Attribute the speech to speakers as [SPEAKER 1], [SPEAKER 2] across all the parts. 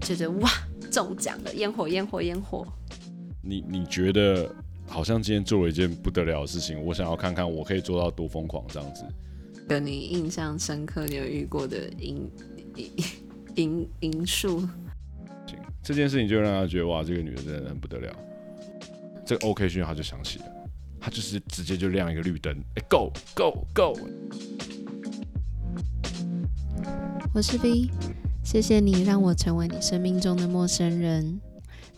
[SPEAKER 1] 觉得哇中奖了，烟火烟火烟火。
[SPEAKER 2] 你你觉得好像今天做了一件不得了的事情，我想要看看我可以做到多疯狂这样子。
[SPEAKER 1] 有你印象深刻，你有遇过的因因因因素？
[SPEAKER 2] 行这件事情就让他觉得哇，这个女的真的很不得了。这个 OK 讯号他就响起了，他就是直接就亮一个绿灯，哎、g o Go Go！
[SPEAKER 1] 我是 V，谢谢你让我成为你生命中的陌生人。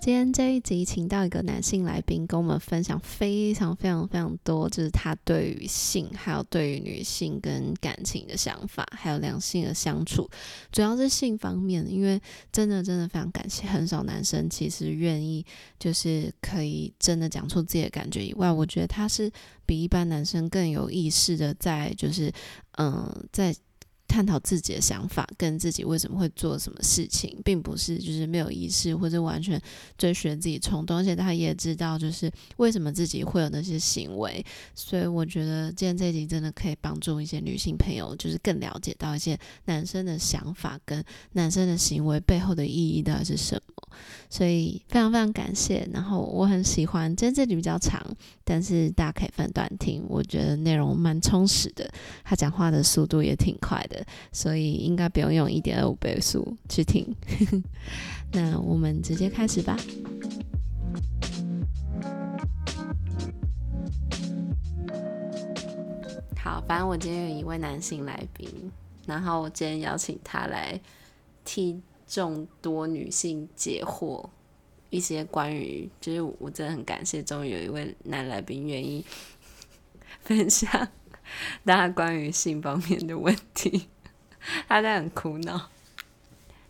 [SPEAKER 1] 今天这一集请到一个男性来宾，跟我们分享非常非常非常多，就是他对于性，还有对于女性跟感情的想法，还有两性的相处，主要是性方面，因为真的真的非常感谢，很少男生其实愿意就是可以真的讲出自己的感觉以外，我觉得他是比一般男生更有意识的在就是嗯、呃在探讨自己的想法，跟自己为什么会做什么事情，并不是就是没有意识或者完全追寻自己冲动，而且他也知道就是为什么自己会有那些行为。所以我觉得今天这一集真的可以帮助一些女性朋友，就是更了解到一些男生的想法跟男生的行为背后的意义到底是什么。所以非常非常感谢，然后我很喜欢，今天这集比较长，但是大家可以分段听，我觉得内容蛮充实的，他讲话的速度也挺快的，所以应该不用用一点二五倍速去听。 那我们直接开始吧。好，反正我今天有一位男性来宾，然后我今天邀请他来替众多女性解惑一些关于，就是我真的很感谢，终于有一位男来宾愿意分享大家关于性方面的问题。 他在很苦恼，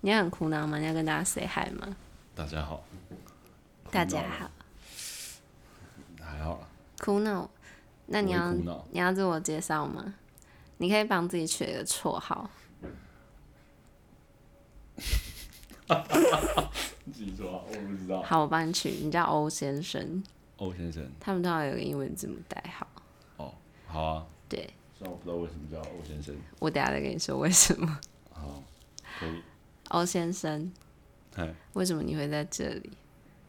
[SPEAKER 1] 你很苦恼吗？你要跟大家 say hi 吗？
[SPEAKER 2] 大家好，
[SPEAKER 1] 大家好，
[SPEAKER 2] 还好啦，
[SPEAKER 1] 苦恼。那你要
[SPEAKER 2] 我会苦恼
[SPEAKER 1] 你要自我介绍吗？你可以帮自己取一个绰号，
[SPEAKER 2] 你自己说啊，我不知道。
[SPEAKER 1] 好，我帮你取，你叫欧先生。
[SPEAKER 2] 欧先生，
[SPEAKER 1] 他们都要有个英文字母代号。
[SPEAKER 2] 哦，好啊，
[SPEAKER 1] 对，
[SPEAKER 2] 虽然我不知道为什么叫欧先生，
[SPEAKER 1] 我等一下再跟你说为什么。
[SPEAKER 2] 好，可以，
[SPEAKER 1] 欧先生，
[SPEAKER 2] 嗨，
[SPEAKER 1] 为什么你会在这里？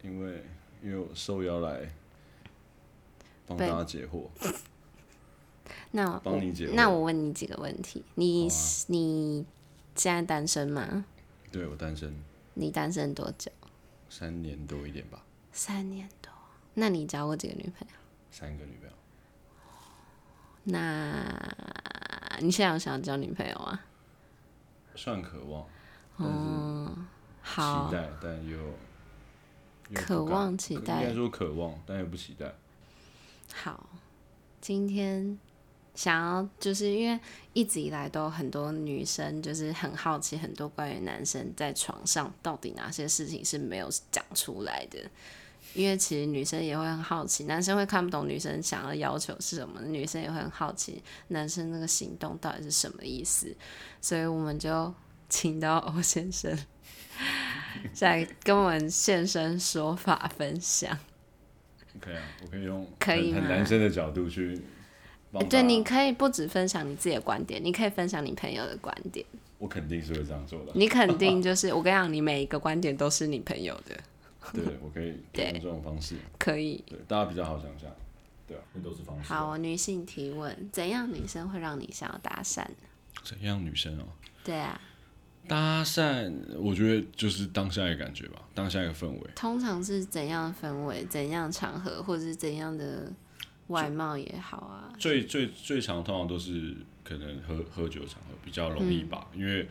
[SPEAKER 2] 因为因为我受邀来帮
[SPEAKER 1] 被
[SPEAKER 2] 大家解惑，
[SPEAKER 1] 那我
[SPEAKER 2] 帮你解惑
[SPEAKER 1] 那我问你几个问题。你、
[SPEAKER 2] 好啊
[SPEAKER 1] 你现在单身吗？
[SPEAKER 2] 对我单身
[SPEAKER 1] 你单身多久？
[SPEAKER 2] 三年多一点吧，
[SPEAKER 1] 三年多。那你交过几个女朋友？
[SPEAKER 2] 三个女朋友，
[SPEAKER 1] 那你现在有想要交女朋友吗？
[SPEAKER 2] 算渴望，但是期
[SPEAKER 1] 嗯好，
[SPEAKER 2] 待，但又又不敢
[SPEAKER 1] 渴望期
[SPEAKER 2] 应
[SPEAKER 1] 待
[SPEAKER 2] 该说渴望，但又不期待。
[SPEAKER 1] 好，今天想要就是因为一直以来都有很多女生就是很好奇，很多关于男生在床上到底哪些事情是没有讲出来的。因为其实女生也会很好奇，男生会看不懂女生想要要求是什么，女生也会很好奇男生那个行动到底是什么意思，所以我们就请到欧先生来跟我们现身说法分享。
[SPEAKER 2] 可以啊，我可以用
[SPEAKER 1] 可以
[SPEAKER 2] 很很
[SPEAKER 1] 吗哎
[SPEAKER 2] 男生的角度去帮大
[SPEAKER 1] 对，
[SPEAKER 2] 家
[SPEAKER 1] 你，可以不只分享你自己的观点，你可以分享你朋友的观点。
[SPEAKER 2] 我肯定是会这样做 的。
[SPEAKER 1] 你肯定就是我跟你讲，你每一个观点都是你朋友的，
[SPEAKER 2] 对，我可以
[SPEAKER 1] 对
[SPEAKER 2] 用这种方式，
[SPEAKER 1] 可以。
[SPEAKER 2] 对大家比较好想象。对啊，那都是方式。
[SPEAKER 1] 好，女性提问：怎样女生会让你想要搭讪？
[SPEAKER 2] 怎样女生哦、
[SPEAKER 1] 对啊，
[SPEAKER 2] 搭讪，我觉得就是当下的感觉吧，当下一个氛围。
[SPEAKER 1] 通常是怎样的氛围、怎样的场合，或者是怎样的外貌也好啊？
[SPEAKER 2] 最最最常通常都是可能喝喝酒的场合比较容
[SPEAKER 1] 嗯
[SPEAKER 2] 易吧，因为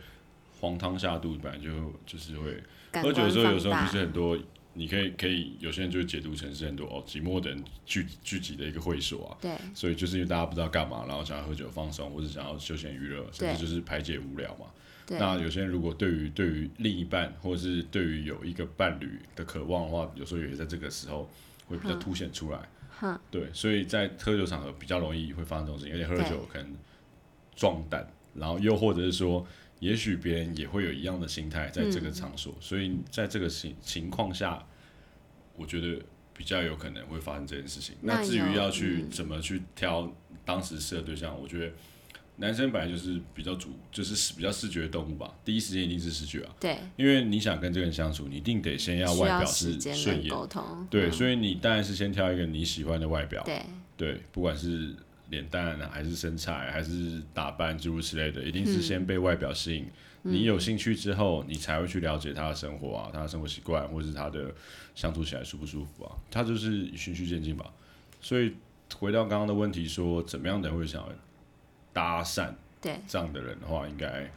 [SPEAKER 2] 黄汤下肚本来就就是会
[SPEAKER 1] 感
[SPEAKER 2] 喝
[SPEAKER 1] 官
[SPEAKER 2] 酒的时候，有时候
[SPEAKER 1] 放
[SPEAKER 2] 就是
[SPEAKER 1] 大
[SPEAKER 2] 很多，你可以可以有些人就会解读成是很多哦寂寞的人聚聚集的一个会所啊，
[SPEAKER 1] 对
[SPEAKER 2] 所以就是因为大家不知道干嘛，然后想要喝酒放松，或者想要休闲娱乐，甚
[SPEAKER 1] 对
[SPEAKER 2] 至就是排解无聊嘛。
[SPEAKER 1] 对
[SPEAKER 2] 那有些人如果对于对于另一半，或者是对于有一个伴侣的渴望的话，有时候也在这个时候会比较凸显出来。对，所以在喝酒场合比较容易会发生这种事情，而且喝了
[SPEAKER 1] 对
[SPEAKER 2] 酒可能壮胆，然后又或者是说，也许别人也会有一样的心态
[SPEAKER 1] 嗯
[SPEAKER 2] 在这个场所，所以在这个情情况下，我觉得比较有可能会发生这件事情。
[SPEAKER 1] 那嗯
[SPEAKER 2] 那至于
[SPEAKER 1] 有
[SPEAKER 2] 要去怎么去挑当时适合对象，我觉得男生本来就是比较主，就是比较视觉动物吧，第一时间一定是视觉啊，
[SPEAKER 1] 对，
[SPEAKER 2] 因为你想跟这个人相处，你一定得先要
[SPEAKER 1] 需
[SPEAKER 2] 外
[SPEAKER 1] 要
[SPEAKER 2] 表
[SPEAKER 1] 时
[SPEAKER 2] 是
[SPEAKER 1] 间
[SPEAKER 2] 顺
[SPEAKER 1] 来
[SPEAKER 2] 眼，
[SPEAKER 1] 沟通，
[SPEAKER 2] 对，
[SPEAKER 1] 嗯
[SPEAKER 2] 所以你当然是先挑一个你喜欢的外表，
[SPEAKER 1] 对
[SPEAKER 2] 对，不管是脸蛋啊，还是身材，还是打扮诸如此类的，一定是先被外表吸引。你有兴趣之后，你才会去了解他的生活啊，他的生活习惯，或是他的相处起来舒不舒服啊。他就是循序渐进吧。所以回到刚刚的问题说怎么样的人会想要搭讪
[SPEAKER 1] 对，
[SPEAKER 2] 这样的人的话，应该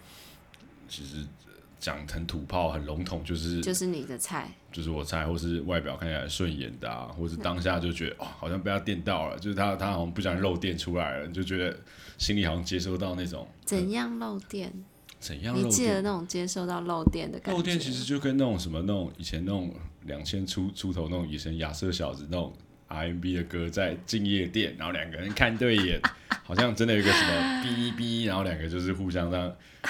[SPEAKER 2] 其实呃讲很土炮、很笼统，就是
[SPEAKER 1] 就是你的菜，
[SPEAKER 2] 就是我猜，或是外表看起来顺眼的啊，或是当下就觉得哦，好像被他电到了，就是他他好像不想露电出来了，你就觉得心里好像接收到那种
[SPEAKER 1] 怎样漏电？
[SPEAKER 2] 怎样
[SPEAKER 1] 你
[SPEAKER 2] 露
[SPEAKER 1] 记得
[SPEAKER 2] 电。啊
[SPEAKER 1] 那种接受到漏电的感觉？
[SPEAKER 2] 露电其实就跟那种什么那种以前那种两千出出头那种以前亚瑟小子那种 RMB 的歌在进夜店，然后两个人看对眼， 好像真的有一个什么哔哔，然后两个就是互相让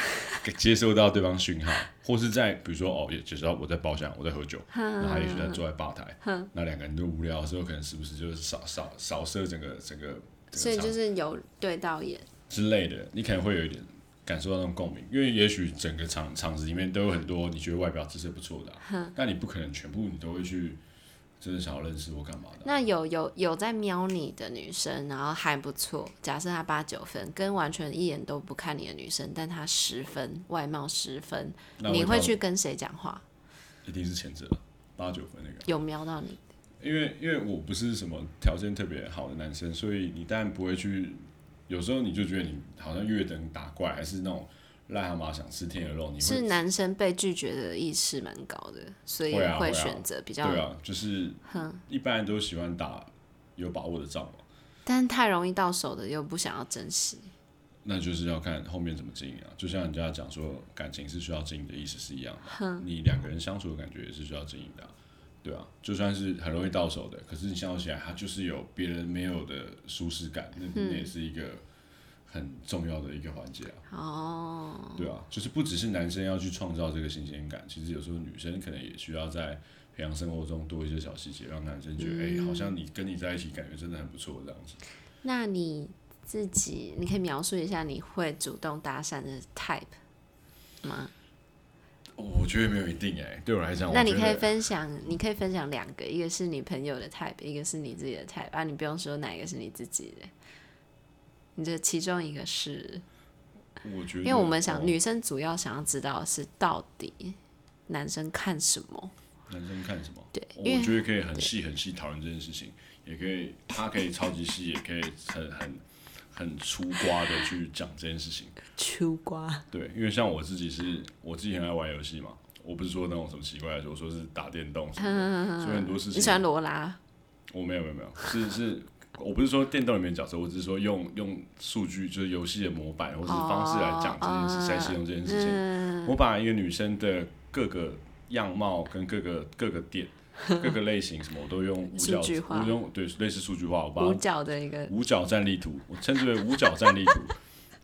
[SPEAKER 2] 接受到对方讯号，或是在比如说哦，也接受到我在包厢，我在 喝酒，然后他也许在坐在吧台，那两个人都无聊的时候，可能时不时就是扫扫扫射整个整个
[SPEAKER 1] 所
[SPEAKER 2] 整
[SPEAKER 1] 以
[SPEAKER 2] 个
[SPEAKER 1] 就
[SPEAKER 2] 场
[SPEAKER 1] 是有对到眼，
[SPEAKER 2] 之类的，你可能会有一点感受到那种共鸣，因为也许整个场场子里面都有很多你觉得外表姿色不错的 啊、但你不可能全部你都会去真的想要认识或干嘛的啊、
[SPEAKER 1] 那有有有在瞄你的女生，然后还不错，假设她八九分，跟完全一眼都不看你的女生，但她十分，外貌十分，
[SPEAKER 2] 那
[SPEAKER 1] 你
[SPEAKER 2] 我
[SPEAKER 1] 会
[SPEAKER 2] 挑
[SPEAKER 1] 去跟谁讲话？
[SPEAKER 2] 一定是前者了八九分那个。
[SPEAKER 1] 有瞄到你？
[SPEAKER 2] 因为因为我不是什么条件特别好的男生，所以你当然不会去。有时候你就觉得你好像越等打怪，还是那种癞蛤蟆想吃天鹅肉，你
[SPEAKER 1] 是
[SPEAKER 2] 会
[SPEAKER 1] 男生被拒绝的意识蛮高的，所以
[SPEAKER 2] 会啊会啊
[SPEAKER 1] 选择比较，
[SPEAKER 2] 对啊，就是
[SPEAKER 1] 哼
[SPEAKER 2] 一般人都喜欢打有把握的仗嘛，
[SPEAKER 1] 但太容易到手的又不想要珍惜。
[SPEAKER 2] 那就是要看后面怎么经营啊。就像人家讲说，感情是需要经营的意思是一样的，你两个人相处的感觉也是需要经营的啊、对啊，就算是很容易到手的，可是你相处起来，它就是有别人没有的舒适感，那那也是一个很重要的一个环节啊。
[SPEAKER 1] 哦，
[SPEAKER 2] 对啊，就是不只是男生要去创造这个新鲜感，其实有时候女生可能也需要在培养生活中多一些小细节，让男生觉得哎、诶好
[SPEAKER 1] 嗯
[SPEAKER 2] 像你跟你在一起感觉真的很不错这样子。
[SPEAKER 1] 那你自己，你可以描述一下你会主动搭讪的 type 吗？
[SPEAKER 2] 哦我觉得没有一定哎、对我来讲，
[SPEAKER 1] 那
[SPEAKER 2] 我
[SPEAKER 1] 你
[SPEAKER 2] 觉
[SPEAKER 1] 可以
[SPEAKER 2] 得
[SPEAKER 1] 分享，你可以分享两个，一个是你朋友的 type，一个是你自己的 type 啊，你不用说哪一个是你自己的，你这其中一个是，
[SPEAKER 2] 我觉得，
[SPEAKER 1] 因为我们想、
[SPEAKER 2] 哦
[SPEAKER 1] 女生主要想要知道的是到底男生看什么，
[SPEAKER 2] 男生看什么？
[SPEAKER 1] 对
[SPEAKER 2] 哦
[SPEAKER 1] 因为
[SPEAKER 2] 我觉得可以很细很细讨论这件事情，也可以，他可以超级细，也可以很很很粗瓜的去讲这件事情。
[SPEAKER 1] 秋瓜，
[SPEAKER 2] 对，因为像我自己是，我自己很爱玩游戏嘛，我不是说那种什么奇怪的，我说是打电动什
[SPEAKER 1] 嗯
[SPEAKER 2] 么的，所以很多事
[SPEAKER 1] 你喜欢
[SPEAKER 2] 情
[SPEAKER 1] 罗拉，
[SPEAKER 2] 我没有没有没有，是是。我不是说电动里面的角色，我只是说用用数据，就是游戏的模板或者是方式来讲这件事，来形容这件事情。
[SPEAKER 1] 哦嗯，
[SPEAKER 2] 我把一个女生的各个样貌跟各个各个点、各个类型什么，我都用五角
[SPEAKER 1] 数据化
[SPEAKER 2] 我用对类似数据化，我把
[SPEAKER 1] 五
[SPEAKER 2] 它
[SPEAKER 1] 角的一个
[SPEAKER 2] 五角战力图，我称之为五角战力图。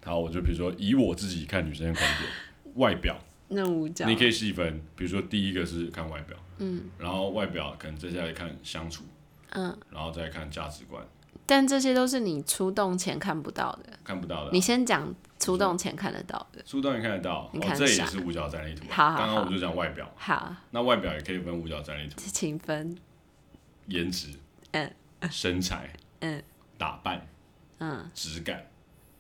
[SPEAKER 2] 好，我就比如说以我自己看女生的观点，外表
[SPEAKER 1] 那五角，
[SPEAKER 2] 你可以细分，比如说第一个是看外表，嗯，然后外表可能接下来看相处，
[SPEAKER 1] 嗯，
[SPEAKER 2] 然后再看价值观，
[SPEAKER 1] 但这些都是你出动前看不到的，
[SPEAKER 2] 看不到的啊
[SPEAKER 1] 你。先讲出动前看得到的，
[SPEAKER 2] 书当然看得到，
[SPEAKER 1] 你
[SPEAKER 2] 哦
[SPEAKER 1] 看，
[SPEAKER 2] 这也
[SPEAKER 1] 啥
[SPEAKER 2] 是五角战力图啊。
[SPEAKER 1] 好好
[SPEAKER 2] 刚刚
[SPEAKER 1] 好
[SPEAKER 2] 我们就讲外表，
[SPEAKER 1] 好，
[SPEAKER 2] 那外表也可以分五角战力图。
[SPEAKER 1] 请分，
[SPEAKER 2] 颜值，
[SPEAKER 1] 嗯，
[SPEAKER 2] 身材，
[SPEAKER 1] 嗯，
[SPEAKER 2] 打扮，
[SPEAKER 1] 嗯，
[SPEAKER 2] 质感，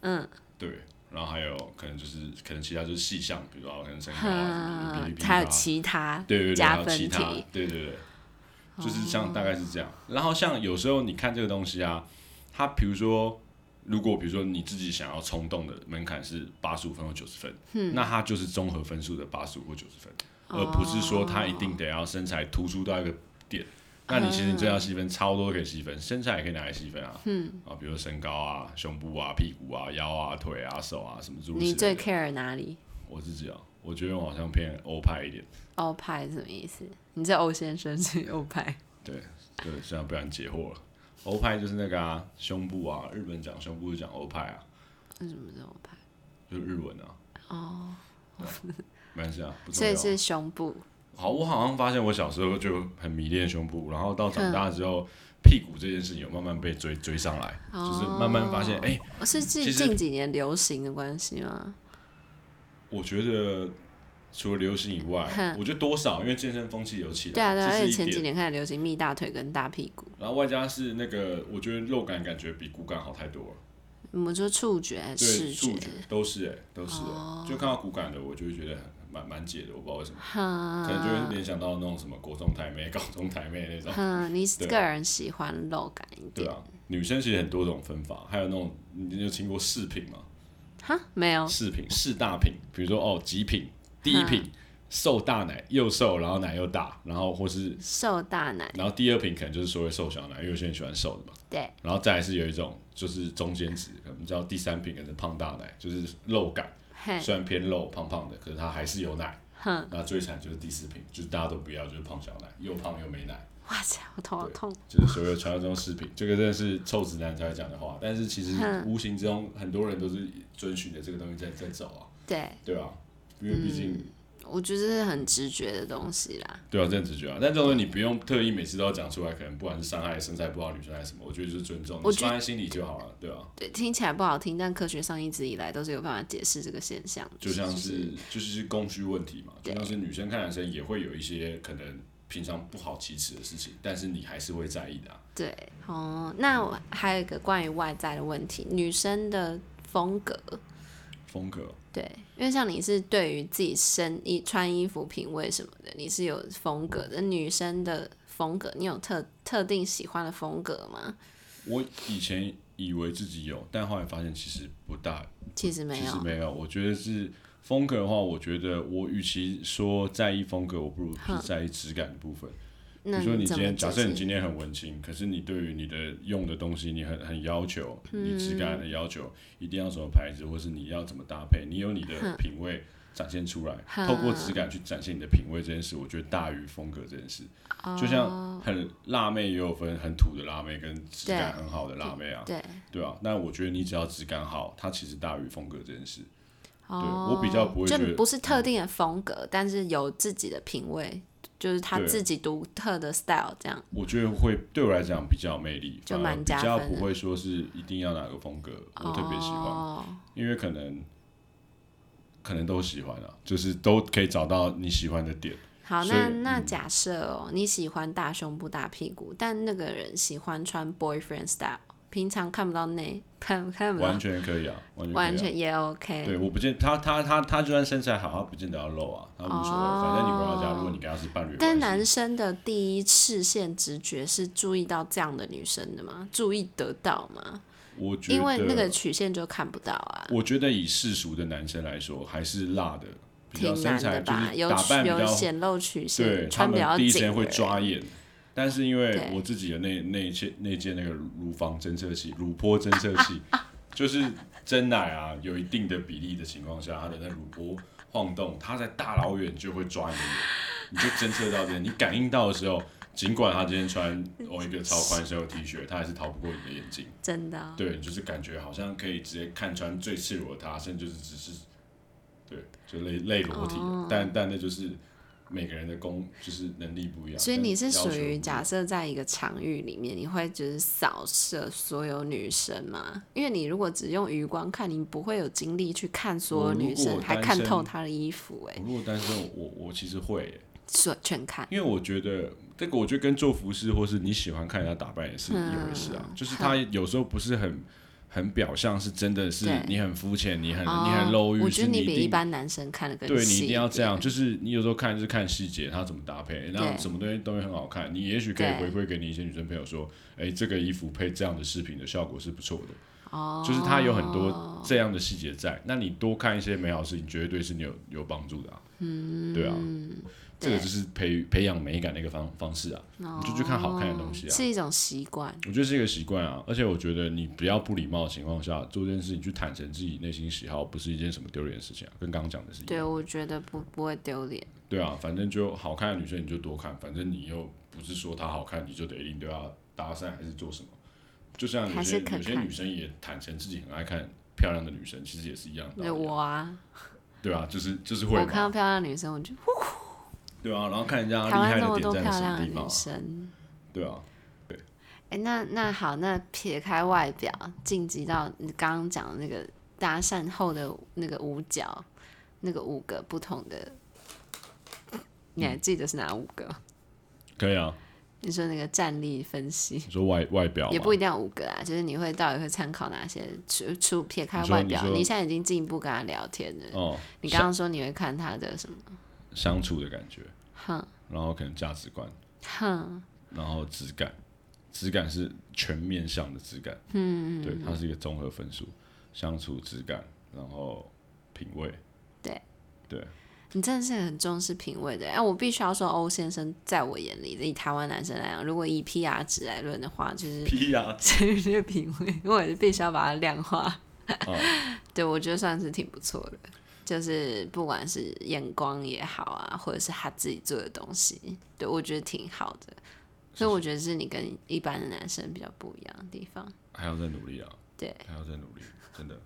[SPEAKER 1] 嗯，
[SPEAKER 2] 对，然后还有可能就是可能其他就是细项，比如说哦可能身高啊，什么
[SPEAKER 1] 嗯，
[SPEAKER 2] BBB
[SPEAKER 1] 还有
[SPEAKER 2] 啊
[SPEAKER 1] 其他
[SPEAKER 2] 对对对，还
[SPEAKER 1] 加
[SPEAKER 2] 有
[SPEAKER 1] 分
[SPEAKER 2] 其他
[SPEAKER 1] 题，，哦
[SPEAKER 2] 对对对，就是像大概是这样。然后像有时候你看这个东西啊，它比如说。如果比如说你自己想要冲动的门槛是八十五分或九十分，
[SPEAKER 1] 嗯
[SPEAKER 2] 那它就是综合分数的八十五或九十分，
[SPEAKER 1] 哦
[SPEAKER 2] 而不是说它一定得要身材突出到一个点。那你其实你这要细分超多可以细分，身材也可以拿来细分啊，嗯啊，比如说身高啊、胸部啊、屁股啊、腰啊、腿啊、手啊什么诸如此类
[SPEAKER 1] 你
[SPEAKER 2] 的。
[SPEAKER 1] 最 care 哪里？
[SPEAKER 2] 我自己啊，我觉得我好像偏欧派一点。
[SPEAKER 1] 欧派是什么意思？你这欧先生是欧派，
[SPEAKER 2] 对对，现在不然解惑了。欧派就是那个啊，胸部啊，日本讲胸部就讲欧派啊，
[SPEAKER 1] 为什么是欧派？
[SPEAKER 2] 就是日文啊。哦，没关系啊，不重
[SPEAKER 1] 所
[SPEAKER 2] 要
[SPEAKER 1] 以
[SPEAKER 2] 啊。
[SPEAKER 1] 是胸部，
[SPEAKER 2] 好，我好像发现我小时候就很迷恋胸部，然后到长
[SPEAKER 1] 嗯
[SPEAKER 2] 大之后，屁股这件事情有慢慢被追追上来，就是慢慢发现，哎、
[SPEAKER 1] 哦是近
[SPEAKER 2] 其实
[SPEAKER 1] 近几年流行的关系吗？
[SPEAKER 2] 我觉得除了流行以外
[SPEAKER 1] 哼，
[SPEAKER 2] 我觉得多少因为健身风气有起来，
[SPEAKER 1] 对啊，对啊，而
[SPEAKER 2] 这
[SPEAKER 1] 且
[SPEAKER 2] 是
[SPEAKER 1] 前
[SPEAKER 2] 一
[SPEAKER 1] 几
[SPEAKER 2] 点。
[SPEAKER 1] 年开始流行蜜大腿跟大屁股，
[SPEAKER 2] 然后外加是那个，我觉得肉感感觉比骨感好太多了，
[SPEAKER 1] 我们说触觉还是哦
[SPEAKER 2] 对，
[SPEAKER 1] 视
[SPEAKER 2] 触
[SPEAKER 1] 觉
[SPEAKER 2] 觉，都是哎、都是、欸就看到骨感的，我就会觉得很蛮蛮解的，我不知道为什么，
[SPEAKER 1] 哈，
[SPEAKER 2] 可能就会联想到那种什么国中台妹、高中台妹那种。
[SPEAKER 1] 哼，你
[SPEAKER 2] 对啊
[SPEAKER 1] 个人喜欢肉感一
[SPEAKER 2] 对
[SPEAKER 1] 点？
[SPEAKER 2] 啊，女生其实很多种分法，还有那种你有听过饰品吗？
[SPEAKER 1] 哈，没有，
[SPEAKER 2] 饰品四大品，比如说哦极品、
[SPEAKER 1] 嗯
[SPEAKER 2] 第一品瘦大奶，又瘦然后奶又大，然后或是
[SPEAKER 1] 瘦大奶，
[SPEAKER 2] 然后第二品可能就是所谓瘦小奶，因为有些人喜欢瘦的嘛。
[SPEAKER 1] 对，
[SPEAKER 2] 然后再来是有一种就是中间值，我们叫第三品可能是胖大奶，就是肉感，
[SPEAKER 1] 嘿，
[SPEAKER 2] 虽然偏肉胖胖的，可是它还是有奶。
[SPEAKER 1] 嗯哼，
[SPEAKER 2] 那最惨就是第四品，就是大家都不要，就是胖小奶，又胖又没奶。
[SPEAKER 1] 哇塞，我头好痛，
[SPEAKER 2] 就是所谓的传说中饰品，这个真的是臭直男才会讲的话。但是其实
[SPEAKER 1] 嗯
[SPEAKER 2] 无形之中，很多人都是遵循着这个东西在在走啊，
[SPEAKER 1] 对，
[SPEAKER 2] 对吧、因为毕竟、
[SPEAKER 1] 我觉得这是很直觉的东西啦。
[SPEAKER 2] 对啊，这很直觉啊。但这种东西你不用特意每次都要讲出来，可能不管是伤害身材不好的女生还是什么，我觉得就是尊重，
[SPEAKER 1] 我
[SPEAKER 2] 你
[SPEAKER 1] 觉
[SPEAKER 2] 放在心里就好了，对吧、啊？
[SPEAKER 1] 对，听起来不好听，但科学上一直以来都是有办法解释这个现象的。
[SPEAKER 2] 就像是就是供需问题嘛，就像是女生看男生也会有一些可能平常不好启齿的事情，但是你还是会在意的、啊。
[SPEAKER 1] 对哦，那我还有一个关于外在的问题，女生的风格，
[SPEAKER 2] 风格
[SPEAKER 1] 对，因为像你是对于自己身衣穿衣服品味什么的，你是有风格的。女生的风格，你有特特定喜欢的风格吗？
[SPEAKER 2] 我以前以为自己有，但后来发现其实不大
[SPEAKER 1] 其实没
[SPEAKER 2] 其实
[SPEAKER 1] 有，
[SPEAKER 2] 没有，我觉得是风格的话，我觉得我与其说在意风格，我不如是在意质感的部分。比
[SPEAKER 1] 那
[SPEAKER 2] 如说你
[SPEAKER 1] 怎么
[SPEAKER 2] 今天，
[SPEAKER 1] 解
[SPEAKER 2] 假设你
[SPEAKER 1] 释
[SPEAKER 2] 今天很文青，可是你对于你的用的东西你很很要求，
[SPEAKER 1] 嗯
[SPEAKER 2] 你质感很要求，一定要什么牌子，或是你要怎么搭配，你有你的品味展现出来，
[SPEAKER 1] 哼
[SPEAKER 2] 透过质感去展现你的品味这件事，我觉得大于风格这件事。
[SPEAKER 1] 哦
[SPEAKER 2] 就像很辣妹也有分很土的辣妹跟质感
[SPEAKER 1] 对
[SPEAKER 2] 很好的辣妹啊，
[SPEAKER 1] 对
[SPEAKER 2] 对啊。那我觉得你只要质感好，它其实大于风格这件事。
[SPEAKER 1] 哦，
[SPEAKER 2] 我比较不会
[SPEAKER 1] 就
[SPEAKER 2] 觉得嗯
[SPEAKER 1] 不是特定的风格，但是有自己的品味，就是他
[SPEAKER 2] 对
[SPEAKER 1] 自己独特的 style 这样。
[SPEAKER 2] 我觉得会对我来讲比较有魅力，
[SPEAKER 1] 就
[SPEAKER 2] 反而
[SPEAKER 1] 蛮加
[SPEAKER 2] 比较
[SPEAKER 1] 分的
[SPEAKER 2] 不会说是一定要哪个风格我特别喜欢，
[SPEAKER 1] 哦
[SPEAKER 2] 因为可能可能都喜欢啊，就是都可以找到你喜欢的点。
[SPEAKER 1] 好，
[SPEAKER 2] 所以嗯
[SPEAKER 1] 那那假设哦，你喜欢大胸部大屁股，但那个人喜欢穿 boyfriend style，平常看不到内， 看看不到
[SPEAKER 2] 完，全可以啊，完
[SPEAKER 1] 嗯
[SPEAKER 2] 全可以啊
[SPEAKER 1] 完全也 OK。
[SPEAKER 2] 对，我不见他他他他就算身材好，他不见得要露啊，他无所谓，
[SPEAKER 1] 哦
[SPEAKER 2] 反正你回到家，如果你跟他是伴侣关
[SPEAKER 1] 但
[SPEAKER 2] 系，
[SPEAKER 1] 男生的第一视线直觉是注意到这样的女生的吗？注意得到吗？
[SPEAKER 2] 我觉得
[SPEAKER 1] 因为那个曲线就看不到啊，
[SPEAKER 2] 我觉得以世俗的男生来说，还是辣的，比较
[SPEAKER 1] 挺
[SPEAKER 2] 身
[SPEAKER 1] 难
[SPEAKER 2] 材
[SPEAKER 1] 的
[SPEAKER 2] 就是
[SPEAKER 1] 吧？有
[SPEAKER 2] 打扮比
[SPEAKER 1] 有
[SPEAKER 2] 较
[SPEAKER 1] 显露曲
[SPEAKER 2] 对，
[SPEAKER 1] 线，
[SPEAKER 2] 他
[SPEAKER 1] 穿比
[SPEAKER 2] 们
[SPEAKER 1] 较
[SPEAKER 2] 第一时
[SPEAKER 1] 紧
[SPEAKER 2] 间会
[SPEAKER 1] 的人
[SPEAKER 2] 抓眼，但是因为
[SPEAKER 1] 对
[SPEAKER 2] 我自己的那那件那件那个乳房侦测器、乳波侦测器，就是真奶啊，有一定的比例的情况下，它的那乳波晃动，它在大老远就会抓你的眼，你就侦测到这个，你感应到的时候。尽管他今天穿哦一个超宽袖的 T 恤，他还是逃不过你的眼睛。
[SPEAKER 1] 真的哦、
[SPEAKER 2] 对，你就是感觉好像可以直接看穿最赤裸的他，甚至就是只是，对，就类类裸体的、
[SPEAKER 1] 哦
[SPEAKER 2] 但但那就是每个人的功就是能力不一样。
[SPEAKER 1] 所以你是
[SPEAKER 2] 跟要
[SPEAKER 1] 属
[SPEAKER 2] 求不一
[SPEAKER 1] 于
[SPEAKER 2] 样
[SPEAKER 1] 假设在一个场域里面，你会就是扫射所有女生吗？因为你如果只用余光看，你不会有精力去看所有女
[SPEAKER 2] 我如
[SPEAKER 1] 生，
[SPEAKER 2] 果
[SPEAKER 1] 还
[SPEAKER 2] 单
[SPEAKER 1] 看
[SPEAKER 2] 身嗯
[SPEAKER 1] 透她的衣服、欸，哎，
[SPEAKER 2] 我如果单身，我我我其实会耶、
[SPEAKER 1] 所全看。
[SPEAKER 2] 因为我觉得这个，我觉得跟做服饰或是你喜欢看人家打扮也是一回事
[SPEAKER 1] 嗯
[SPEAKER 2] 啊。就是他有时候不是很很表象，是真的是
[SPEAKER 1] 对
[SPEAKER 2] 你很肤浅，你很、你
[SPEAKER 1] 哦
[SPEAKER 2] 很露欲，
[SPEAKER 1] 我觉
[SPEAKER 2] 是
[SPEAKER 1] 得你
[SPEAKER 2] 一
[SPEAKER 1] 比
[SPEAKER 2] 定
[SPEAKER 1] 一般男生看的更
[SPEAKER 2] 对你
[SPEAKER 1] 细
[SPEAKER 2] 一定要这
[SPEAKER 1] 点
[SPEAKER 2] 样，就是你有时候看就是看细节，它怎么搭配，那
[SPEAKER 1] 对
[SPEAKER 2] 什么东西东西很好看，你也许可以
[SPEAKER 1] 对
[SPEAKER 2] 回馈给你一些女生朋友说，哎，这个衣服配这样的饰品的效果是不错的，
[SPEAKER 1] 哦，
[SPEAKER 2] 就是它有很多这样的细节在，那你多看一些美好的事情，绝对是你有有帮助的、啊，嗯，对啊， 这个
[SPEAKER 1] 对
[SPEAKER 2] 就是培培养美感的一个方方式啊，
[SPEAKER 1] 哦，
[SPEAKER 2] 你就去看好看的东西啊
[SPEAKER 1] 是一种习惯。
[SPEAKER 2] 我觉得是一个习惯啊，而且我觉得你不要不礼貌的情况下做这件事情，去坦诚自己内心喜好，不是一件什么丢脸的事情啊，跟刚刚讲的是一样的。
[SPEAKER 1] 对，我觉得不不会丢脸。
[SPEAKER 2] 对啊，反正就好看的女生你就多看，反正你又不是说她好看，你就得一定对她搭讪还是做什么。就像有
[SPEAKER 1] 还
[SPEAKER 2] 些
[SPEAKER 1] 是可
[SPEAKER 2] 有些
[SPEAKER 1] 看
[SPEAKER 2] 女生也坦诚自己很爱看漂亮的女生，其实也是一样的道
[SPEAKER 1] 对
[SPEAKER 2] 理啊。
[SPEAKER 1] 我啊，
[SPEAKER 2] 对啊，就是就是会
[SPEAKER 1] 我看到
[SPEAKER 2] 嘛，
[SPEAKER 1] 漂亮的女生，我就
[SPEAKER 2] 对啊，然后看人家厉
[SPEAKER 1] 台湾
[SPEAKER 2] 害
[SPEAKER 1] 这么
[SPEAKER 2] 的
[SPEAKER 1] 多
[SPEAKER 2] 点在
[SPEAKER 1] 漂
[SPEAKER 2] 什
[SPEAKER 1] 亮
[SPEAKER 2] 么
[SPEAKER 1] 的
[SPEAKER 2] 地方
[SPEAKER 1] 女
[SPEAKER 2] 啊，
[SPEAKER 1] 生，
[SPEAKER 2] 对啊，
[SPEAKER 1] 哎、那那好，那撇开外表，晋级到你刚刚讲的那个搭讪后的那个五角，那个五个不同的，你还记得是哪五个 吗？
[SPEAKER 2] 可以啊。
[SPEAKER 1] 你说那个战力分析，
[SPEAKER 2] 你说外外表
[SPEAKER 1] 也
[SPEAKER 2] 嘛
[SPEAKER 1] 不一定要五个啊，就是你会到底会参考哪些？除除撇开
[SPEAKER 2] 你说
[SPEAKER 1] 外表，
[SPEAKER 2] 你说
[SPEAKER 1] 你现在已经进一步跟他聊天了。
[SPEAKER 2] 哦，
[SPEAKER 1] 你刚刚说你会看他的什么？
[SPEAKER 2] 相处的感觉，
[SPEAKER 1] 哼
[SPEAKER 2] 然后可能价值观，
[SPEAKER 1] 哼，
[SPEAKER 2] 然后质感，质感是全面向的质感，嗯，对，它是一个综合分数，相处质感，然后品味，
[SPEAKER 1] 对
[SPEAKER 2] 对，
[SPEAKER 1] 你真的是很重视品味的。哎、我必须要说，欧先生在我眼里，以台湾男生来讲，如果以 PR 值来论的话，就是
[SPEAKER 2] 屁 呀，
[SPEAKER 1] 这些品味，我也是必须要把它量化。
[SPEAKER 2] 哦
[SPEAKER 1] 对，我觉得算是挺不错的，就是不管是眼光也好啊，或者是他自己做的东西，对我觉得挺好的。所以我觉得是你跟一般的男生比较不一样的地方。
[SPEAKER 2] 还要再努力啊，
[SPEAKER 1] 对，
[SPEAKER 2] 还要再努力，真的，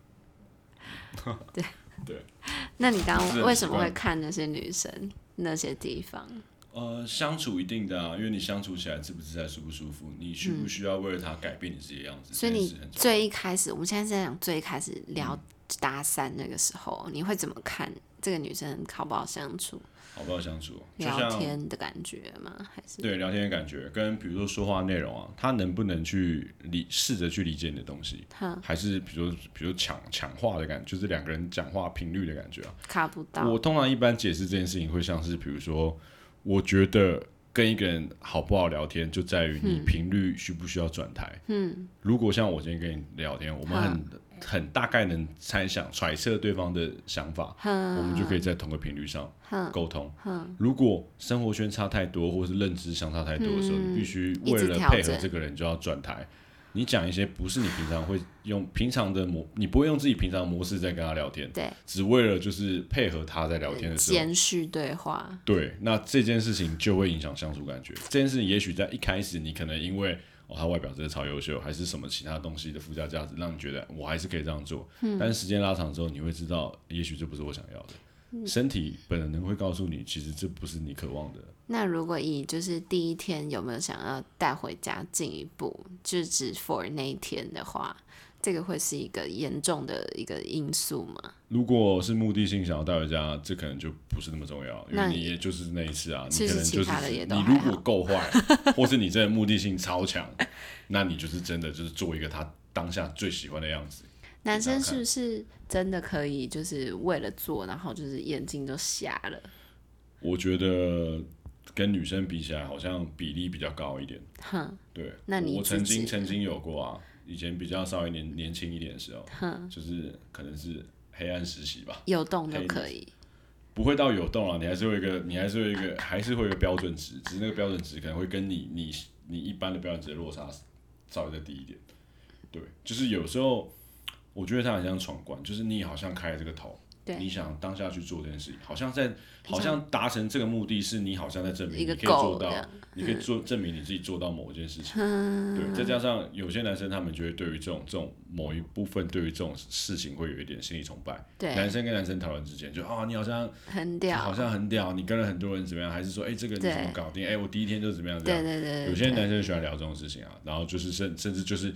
[SPEAKER 1] 那你刚
[SPEAKER 2] 是
[SPEAKER 1] 刚
[SPEAKER 2] 很
[SPEAKER 1] 为什么
[SPEAKER 2] 习惯
[SPEAKER 1] 会看那些女生那些地方？
[SPEAKER 2] 呃，相处一定的啊，因为你相处起来自不自在、舒不舒服，你需不需要为了他改变你自己的样嗯子，
[SPEAKER 1] 所以
[SPEAKER 2] 这件事
[SPEAKER 1] 你
[SPEAKER 2] 很重要
[SPEAKER 1] 最一开始，我们现在是在讲最一开始聊搭讪那个时候，你会怎么看这个女生好不好相处、
[SPEAKER 2] 好不好相处，哦就
[SPEAKER 1] 聊
[SPEAKER 2] 像
[SPEAKER 1] 天的感觉吗？还是
[SPEAKER 2] 对聊天的感觉，跟比如说说话内容啊，他能不能去理试着去理解你的东西，还是比如说比如抢抢话的感觉，就是两个人讲话频率的感觉啊。
[SPEAKER 1] 卡不到？
[SPEAKER 2] 我通常一般解释这件事情会像是，比如说，我觉得跟一个人好不好聊天，就在于你频率需不需要转台。嗯，如果像我今天跟你聊天，我们很、很大概能猜想、揣测对方的想法，我们就可以在同个频率上沟通。如果生活圈差太多，或是认知相差太多的时候，你必须为
[SPEAKER 1] 嗯一直
[SPEAKER 2] 了
[SPEAKER 1] 调
[SPEAKER 2] 配合
[SPEAKER 1] 整
[SPEAKER 2] 这个人，就要转台。你讲一些不是你平常会用平常的模，你不会用自己平常的模式在跟他聊天，
[SPEAKER 1] 对，
[SPEAKER 2] 只为了就是配合他在聊天的时候，
[SPEAKER 1] 延续对话，
[SPEAKER 2] 对，那这件事情就会影响相处感觉。这件事情也许在一开始，你可能因为哦他外表真的超优秀，还是什么其他东西的附加价值，让你觉得我还是可以这样做。但是时间拉长之后，你会知道，也许这不是我想要的。身体本能会告诉你，其实这不是你渴望的。
[SPEAKER 1] 那如果以就是第一天有没有想要带回家进一步，就只 for 那一天的话，这个会是一个严重的一个因素吗？
[SPEAKER 2] 如果是目的性想要带回家，这可能就不是那么重要，因
[SPEAKER 1] 那
[SPEAKER 2] 为你也就是那一次啊，
[SPEAKER 1] 其
[SPEAKER 2] 你
[SPEAKER 1] 实
[SPEAKER 2] 可能就
[SPEAKER 1] 其他的也都
[SPEAKER 2] 你
[SPEAKER 1] 还
[SPEAKER 2] 如
[SPEAKER 1] 好
[SPEAKER 2] 果够坏， 或是你真的目的性超强，那你就是真的就是做一个他当下最喜欢的样子。
[SPEAKER 1] 男生
[SPEAKER 2] 看
[SPEAKER 1] 是不是真的可以就是为了做，然后就是眼睛都瞎了？
[SPEAKER 2] 我觉得跟女生比起来，好像比例比较高一点。
[SPEAKER 1] 哼，
[SPEAKER 2] 对，
[SPEAKER 1] 那你
[SPEAKER 2] 我
[SPEAKER 1] 自
[SPEAKER 2] 曾经
[SPEAKER 1] 己
[SPEAKER 2] 曾经有过啊，以前比较稍微年年轻一点的时候，就是可能是黑暗实习吧，
[SPEAKER 1] 有动都可以。
[SPEAKER 2] 不会到有动啊，你还是会有一个，你还是会有一个，还是会有一个标准值，只是那个标准值可能会跟你你你一般的标准值的落差稍微再低一点。对，就是有时候我觉得他很像闯关，就是你好像开了这个头，
[SPEAKER 1] 对
[SPEAKER 2] 你想当下去做这件事情，好像在好像达成这个目的是你好像在证明
[SPEAKER 1] 一
[SPEAKER 2] 你
[SPEAKER 1] 个
[SPEAKER 2] 可以做
[SPEAKER 1] goal 这
[SPEAKER 2] 到
[SPEAKER 1] 样，
[SPEAKER 2] 你可以做证明你自己做到某一件 事情。对，再加上有些男生他们就会对于这种这种某一部分对于这种事情会有一点心理崇拜。
[SPEAKER 1] 对
[SPEAKER 2] 男生跟男生讨论之间就啊、你好像
[SPEAKER 1] 很屌，
[SPEAKER 2] 好像很屌，你跟了很多人怎么样？还是说，哎、这个你
[SPEAKER 1] 对
[SPEAKER 2] 怎么搞定？哎、我第一天就怎么样？这
[SPEAKER 1] 对
[SPEAKER 2] 样。
[SPEAKER 1] 对对，
[SPEAKER 2] 有些男生喜欢聊这种事情啊，然后就是甚甚至就是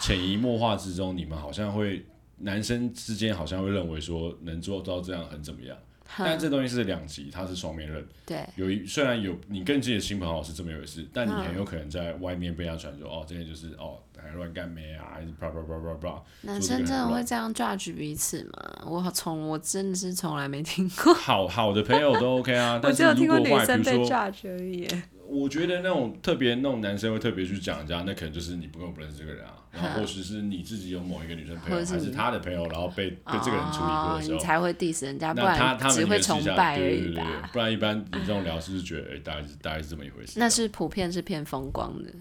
[SPEAKER 2] 潜移默化之中，你们好像会男生之间好像会认为说能做到这样很怎么样，但这东西是两极，它是双面刃。
[SPEAKER 1] 对
[SPEAKER 2] 有一虽然有你跟自己的亲朋好友是这么一回事，但你很有可能在外面被他传说哦，这些就是哦还乱干妹啊，还是叭叭叭叭 叭，
[SPEAKER 1] 男
[SPEAKER 2] 做
[SPEAKER 1] 生真
[SPEAKER 2] 这个很
[SPEAKER 1] 的
[SPEAKER 2] 乱
[SPEAKER 1] 会这样 judge 彼此吗？我好从我真的是从来没听过，
[SPEAKER 2] 好好的朋友都 OK 啊，但是
[SPEAKER 1] 有
[SPEAKER 2] 如果外，比如说
[SPEAKER 1] judge 而已。
[SPEAKER 2] 我觉得那种特别那种男生会特别去讲人家，那可能就是你不够不认识这 个人啊，然后或许是你自己有某一个女生朋
[SPEAKER 1] 或
[SPEAKER 2] 友，
[SPEAKER 1] 者是
[SPEAKER 2] 还
[SPEAKER 1] 你
[SPEAKER 2] 是他的朋友，然后被被这个人处理过
[SPEAKER 1] 哦
[SPEAKER 2] 的时
[SPEAKER 1] 你
[SPEAKER 2] 候，
[SPEAKER 1] 才会 diss 人家，不
[SPEAKER 2] 那他
[SPEAKER 1] 然
[SPEAKER 2] 他们
[SPEAKER 1] 只会
[SPEAKER 2] 也是一
[SPEAKER 1] 崇
[SPEAKER 2] 下
[SPEAKER 1] 拜而
[SPEAKER 2] 对对对
[SPEAKER 1] 已
[SPEAKER 2] 对
[SPEAKER 1] 吧。，
[SPEAKER 2] 不然一般你这种聊是觉得哎、大概是大概是这么一回事。
[SPEAKER 1] 那是普遍是偏风光的，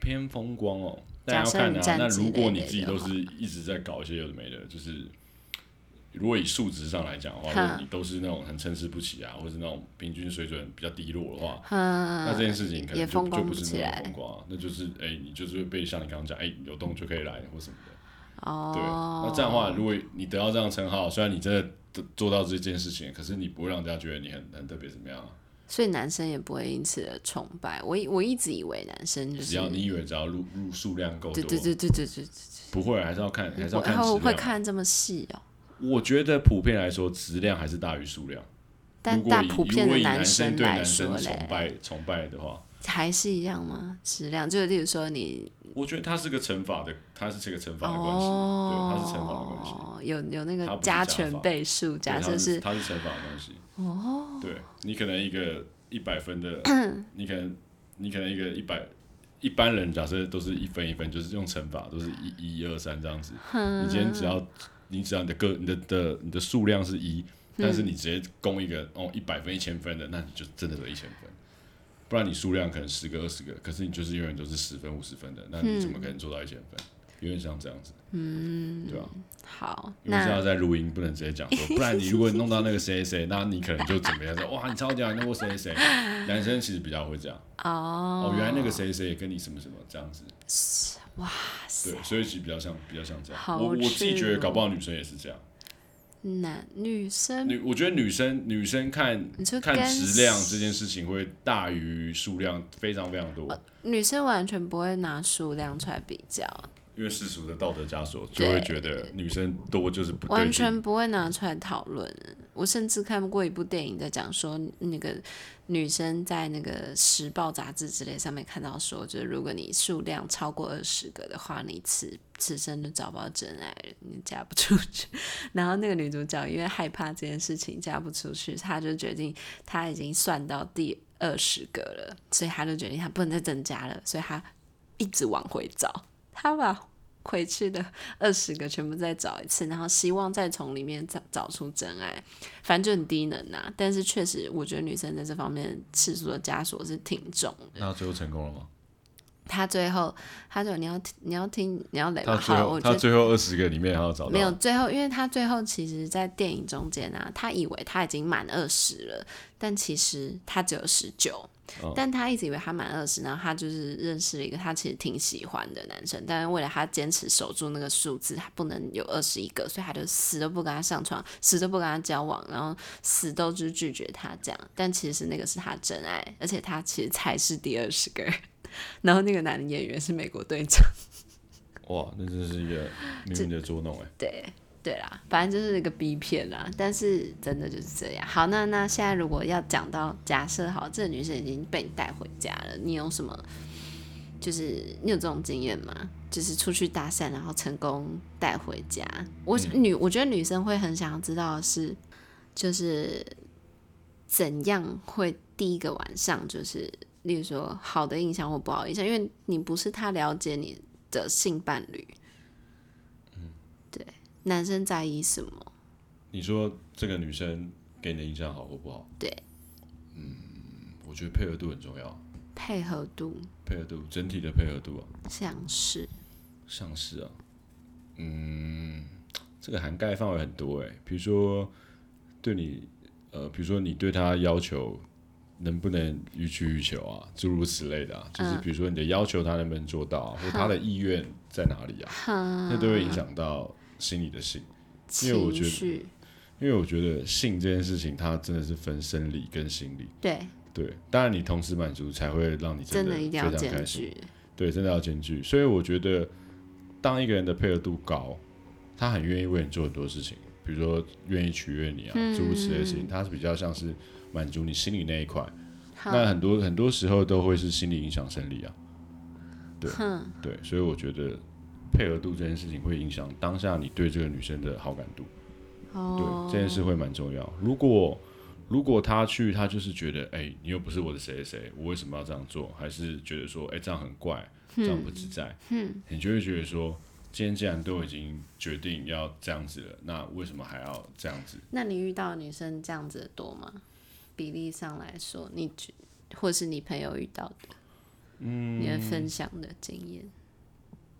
[SPEAKER 2] 偏风光哦，
[SPEAKER 1] 假
[SPEAKER 2] 但要
[SPEAKER 1] 设
[SPEAKER 2] 看
[SPEAKER 1] 你
[SPEAKER 2] 啊。
[SPEAKER 1] 站
[SPEAKER 2] 那
[SPEAKER 1] 之
[SPEAKER 2] 如果
[SPEAKER 1] 类
[SPEAKER 2] 你
[SPEAKER 1] 的
[SPEAKER 2] 自己
[SPEAKER 1] 的
[SPEAKER 2] 都
[SPEAKER 1] 话
[SPEAKER 2] 是一直在搞一些有的没的，就是如果以数值上来讲的话，
[SPEAKER 1] 哈
[SPEAKER 2] 如果你都是那种很参差不齐啊，或是那种平均水准比较低落的话，那这件事情可
[SPEAKER 1] 也
[SPEAKER 2] 能就
[SPEAKER 1] 风
[SPEAKER 2] 就
[SPEAKER 1] 光
[SPEAKER 2] 不
[SPEAKER 1] 不
[SPEAKER 2] 是
[SPEAKER 1] 起
[SPEAKER 2] 那么
[SPEAKER 1] 来
[SPEAKER 2] 风光、啊，那就是哎、你就是会被像你刚刚讲，哎、有动就可以来或什么的。对，
[SPEAKER 1] 哦
[SPEAKER 2] 那，这样的话，如果你得到这样的称号，虽然你真的做做到这件事情，可是你不会让人家觉得你很很特别怎么样啊、
[SPEAKER 1] 所以男生也不会因此而崇拜。我一我一直以为男生就是
[SPEAKER 2] 只要你以为只要入入数量够多，
[SPEAKER 1] 对对对对对对，
[SPEAKER 2] 不会还是要看还是要看
[SPEAKER 1] 然后
[SPEAKER 2] 质
[SPEAKER 1] 会
[SPEAKER 2] 量。啊
[SPEAKER 1] 看这么细哦、
[SPEAKER 2] 我觉得普遍来说，质量还是大于数量。
[SPEAKER 1] 但
[SPEAKER 2] 如果
[SPEAKER 1] 大
[SPEAKER 2] 以
[SPEAKER 1] 普遍
[SPEAKER 2] 如
[SPEAKER 1] 的
[SPEAKER 2] 果以
[SPEAKER 1] 男
[SPEAKER 2] 男
[SPEAKER 1] 生
[SPEAKER 2] 对
[SPEAKER 1] 来
[SPEAKER 2] 男
[SPEAKER 1] 说
[SPEAKER 2] 生
[SPEAKER 1] 嘞
[SPEAKER 2] 崇，拜崇拜的话，
[SPEAKER 1] 还是一样吗？质量，就是例如说你
[SPEAKER 2] 我觉得它是个乘法的，它是这个乘法的关系，对，它是乘法的关系。
[SPEAKER 1] 哦，有有那
[SPEAKER 2] 它
[SPEAKER 1] 个
[SPEAKER 2] 不是
[SPEAKER 1] 加
[SPEAKER 2] 加
[SPEAKER 1] 权
[SPEAKER 2] 法
[SPEAKER 1] 倍数，
[SPEAKER 2] 对
[SPEAKER 1] 假
[SPEAKER 2] 它
[SPEAKER 1] 设
[SPEAKER 2] 是
[SPEAKER 1] 是
[SPEAKER 2] 它是乘法的关系。
[SPEAKER 1] 哦，
[SPEAKER 2] 对你可能一个一百 分的，你可能你可能一个一百，一般人假设都是一分一分，就是用乘法都是一一二三这样子。你今天只要你只要你的个你的的你的数量是一，但
[SPEAKER 1] 嗯
[SPEAKER 2] 是你直接攻一个哦一百分一千分的，那你就真的得一千分。不然你数量可能十个二十个，可是你就是永远都是十分五十分的，那你怎么可能做到一千分？有点像这样子，嗯，对吧、啊？
[SPEAKER 1] 好，
[SPEAKER 2] 因为是要
[SPEAKER 1] 那
[SPEAKER 2] 在录音，不能直接讲说， 不然你如果弄到那个谁谁，那你可能就怎么样说，哇，你超屌，你弄过谁谁谁。男生其实比较会这样，哦，原来那个谁谁也跟你什么什么这样子，
[SPEAKER 1] 哇
[SPEAKER 2] 对
[SPEAKER 1] 塞，，
[SPEAKER 2] 所以其实比较像比较像这样。
[SPEAKER 1] 好
[SPEAKER 2] 我我自己觉
[SPEAKER 1] 赤
[SPEAKER 2] 得，
[SPEAKER 1] 裸
[SPEAKER 2] 搞不好女生也是这样。
[SPEAKER 1] 男女生
[SPEAKER 2] 女，我觉得女生女生看
[SPEAKER 1] 你说
[SPEAKER 2] 看
[SPEAKER 1] 嗯跟
[SPEAKER 2] 质量这件事情会大于数量，非常非常多，
[SPEAKER 1] 女生完全不会拿数量出来比较，
[SPEAKER 2] 因为世俗的道德枷锁就会觉得女生多就是不对
[SPEAKER 1] 完
[SPEAKER 2] 劲。
[SPEAKER 1] 全不会拿出来讨论。我甚至看过一部电影，在讲说那个女生在那个时报杂志之类上面看到说，就是如果你数量超过二十个的话，你此此生就找不到真爱了，你嫁不出去。 然后那个女主角因为害怕这件事情嫁不出去，她就决定她已经算到第二十个了，所以她就决定她不能再增加了，所以她一直往回找，她把回去的二十个全部再找一次，然后希望再从里面找找出真爱。反正就很低能呐、啊但是确实，我觉得女生在这方面世俗的枷锁是挺重的。
[SPEAKER 2] 那最后成功了吗？
[SPEAKER 1] 她最后，她最后你要听你要听你要累
[SPEAKER 2] 她
[SPEAKER 1] 吗？
[SPEAKER 2] 最
[SPEAKER 1] 好，
[SPEAKER 2] 后
[SPEAKER 1] 我觉
[SPEAKER 2] 她
[SPEAKER 1] 得
[SPEAKER 2] 最后二十个里面还要找到
[SPEAKER 1] 没有最后，因为她最后其实，在电影中间啊，她以为她已经满二十了，但其实她只有十九。但她一直以为她满二十，然后她就是认识了一个她其实挺喜欢的男生，但是为了她坚持守住那个数字，她不能有二十一个，所以她就死都不跟他上床，死都不跟他交往，然后死都就是拒绝他这样。但其实那个是她真爱，而且她其实才是第二十个人。 然后那个男的演员是美国队长。
[SPEAKER 2] 哇，那真是一个命运的捉弄哎、
[SPEAKER 1] 对对啦，反正就是一个 B 片啦，但是真的就是这样。好，那那现在如果要讲到假设好，这个女生已经被你带回家了，你有什么？就是你有这种经验吗？就是出去搭讪，然后成功带回家。我、女，我觉得女生会很想要知道的是，就是怎样会第一个晚上，就是例如说好的印象或不好的印象，因为你不是太了解你的性伴侣，男生在意什么？
[SPEAKER 2] 你说这个女生给你的印象好或不好？
[SPEAKER 1] 对，
[SPEAKER 2] 嗯，我觉得配合度很重要，
[SPEAKER 1] 配合度
[SPEAKER 2] 配合度整体的配合度啊，
[SPEAKER 1] 像是
[SPEAKER 2] 像是啊，嗯，这个涵盖范围很多哎、比如说对你，呃，比如说你对她要求能不能予取予求啊，诸如此类的啊，就是比如说你的要求她能不能做到、啊，或她的意愿在哪里啊，那都会影响到心里的性。因为我
[SPEAKER 1] 情
[SPEAKER 2] 觉得
[SPEAKER 1] 绪，
[SPEAKER 2] 因为我觉得性这件事情，它真的是分生理跟心理。
[SPEAKER 1] 对，
[SPEAKER 2] 对，当然你同时满足才会让你
[SPEAKER 1] 真
[SPEAKER 2] 的
[SPEAKER 1] 的一
[SPEAKER 2] 非
[SPEAKER 1] 定要
[SPEAKER 2] 常
[SPEAKER 1] 兼
[SPEAKER 2] 开心。
[SPEAKER 1] 具。
[SPEAKER 2] 对，真的要兼具。所以我觉得，当一个人的配合度高，他很愿意为你做很多事情，比如说愿意取悦你啊，诸如此类的
[SPEAKER 1] 嗯
[SPEAKER 2] 事情，他是比较像是满足你心理那一块。
[SPEAKER 1] 好，
[SPEAKER 2] 那很多很多时候都会是心理影响生理啊。对对，所以我觉得配合度这件事情会影响当下你对这个女生的好感度。
[SPEAKER 1] 哦
[SPEAKER 2] 对，这件事会蛮重要。如果如果他去，他就是觉得，哎、你又不是我的谁谁谁，我为什么要这样做？还是觉得说，哎、这样很怪，这样不自在。嗯，你就会觉得说，今天既然都已经决定要这样子了，那为什么还要这样子？
[SPEAKER 1] 那你遇到女生这样子的多吗？比例上来说，你觉或是你朋友遇到的，嗯，你的分享的经验，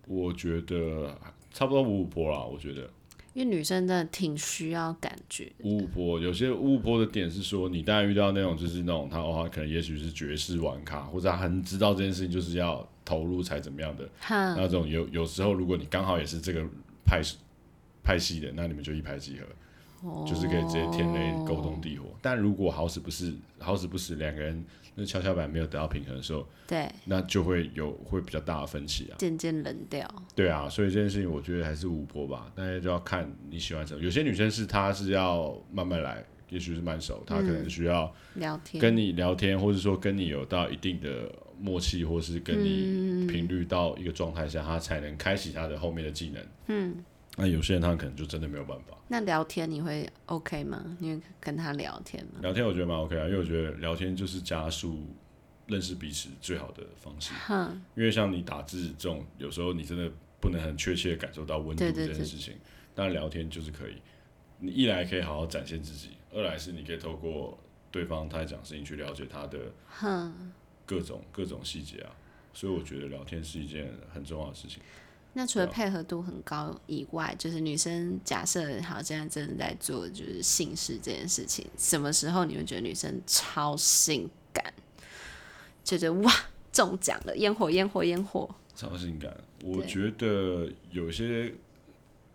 [SPEAKER 2] 我觉得差不多五五波啦，我觉得
[SPEAKER 1] 因为女生真的挺需要感觉，
[SPEAKER 2] 五五波。有些五五波的点是说，你当然遇到那种就是那种他哦，他可能也许是爵士玩咖，或者他很知道这件事情就是要投入才怎么样的，
[SPEAKER 1] 哈，
[SPEAKER 2] 那种有有时候，如果你刚好也是这个派派系的，那你们就一拍即合。
[SPEAKER 1] 哦
[SPEAKER 2] 就是可以直接天雷勾动地火。但如果好死不死，好死不死两个人那跷跷板没有得到平衡的时候，
[SPEAKER 1] 对，
[SPEAKER 2] 那就会有会比较大的分歧啊。
[SPEAKER 1] 渐渐冷掉。
[SPEAKER 2] 对啊，所以这件事情我觉得还是五波吧，大家就要看你喜欢什么。有些女生是她是要慢慢来，也许是慢熟，她可能需要
[SPEAKER 1] 聊天
[SPEAKER 2] 跟你聊天，或者说跟你有到一定的默契，或是跟你频率到一个状态下，她才能开启她的后面的技能。
[SPEAKER 1] 嗯，
[SPEAKER 2] 那有些人他可能就真的没有办法。
[SPEAKER 1] 那聊天你会 OK 吗？你会跟他聊天吗？
[SPEAKER 2] 聊天我觉得蛮 OK 啊，因为我觉得聊天就是加速认识彼此最好的方式。
[SPEAKER 1] 哼，
[SPEAKER 2] 因为像你打字这种，有时候你真的不能很确切地感受到温度
[SPEAKER 1] 对
[SPEAKER 2] 这
[SPEAKER 1] 对
[SPEAKER 2] 件
[SPEAKER 1] 对
[SPEAKER 2] 事情，但聊天就是可以。你一来可以好好展现自己，二来是你可以透过对方他在讲事情去了解他的
[SPEAKER 1] 哼。
[SPEAKER 2] 各种各种细节啊。所以我觉得聊天是一件很重要的事情。
[SPEAKER 1] 那除了
[SPEAKER 2] 对啊
[SPEAKER 1] 配合度很高以外，就是女生假设好现在真的在做就是性事这件事情，什么时候你会觉得女生超性感，觉得哇中奖了，烟火烟火烟火，
[SPEAKER 2] 超性感，我
[SPEAKER 1] 对
[SPEAKER 2] 觉得有些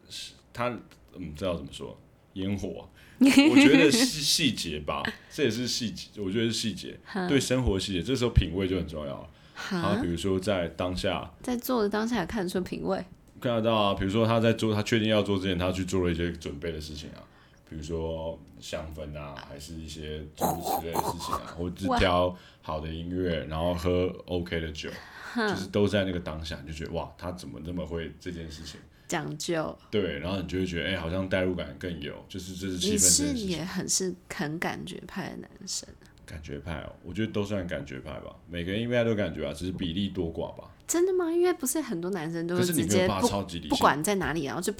[SPEAKER 2] 是他嗯，这要怎么说？烟火，我觉得细细节吧，这也是细节，我觉得是细节，对生活细节，这时候品味就很重要了。然后
[SPEAKER 1] 哈，
[SPEAKER 2] 比如说在当下，
[SPEAKER 1] 在做的当下看得出品味，
[SPEAKER 2] 看得到啊，比如说他在做，他确定要做之前，他去做了一些准备的事情啊，比如说香氛啊，还是一些诸如此类的事情啊，或者是挑好的音乐，然后喝 OK 的酒，就是都在那个当下，你就觉得哇，他怎么那么会这件事情？
[SPEAKER 1] 讲究。
[SPEAKER 2] 对，然后你就会觉得，哎、好像代入感更有，就是这是气
[SPEAKER 1] 你
[SPEAKER 2] 氛
[SPEAKER 1] 是
[SPEAKER 2] 真实
[SPEAKER 1] 也很是很感觉派的男生，
[SPEAKER 2] 感觉派哦，我觉得都算感觉派吧，每个人应该都感觉啊，只是比例多寡吧。
[SPEAKER 1] 真的吗？因为不是很多男生都
[SPEAKER 2] 可
[SPEAKER 1] 会
[SPEAKER 2] 是你
[SPEAKER 1] 直
[SPEAKER 2] 没有
[SPEAKER 1] 接
[SPEAKER 2] 办
[SPEAKER 1] 不
[SPEAKER 2] 法超级理
[SPEAKER 1] 不
[SPEAKER 2] 性，
[SPEAKER 1] 管在哪里，然后就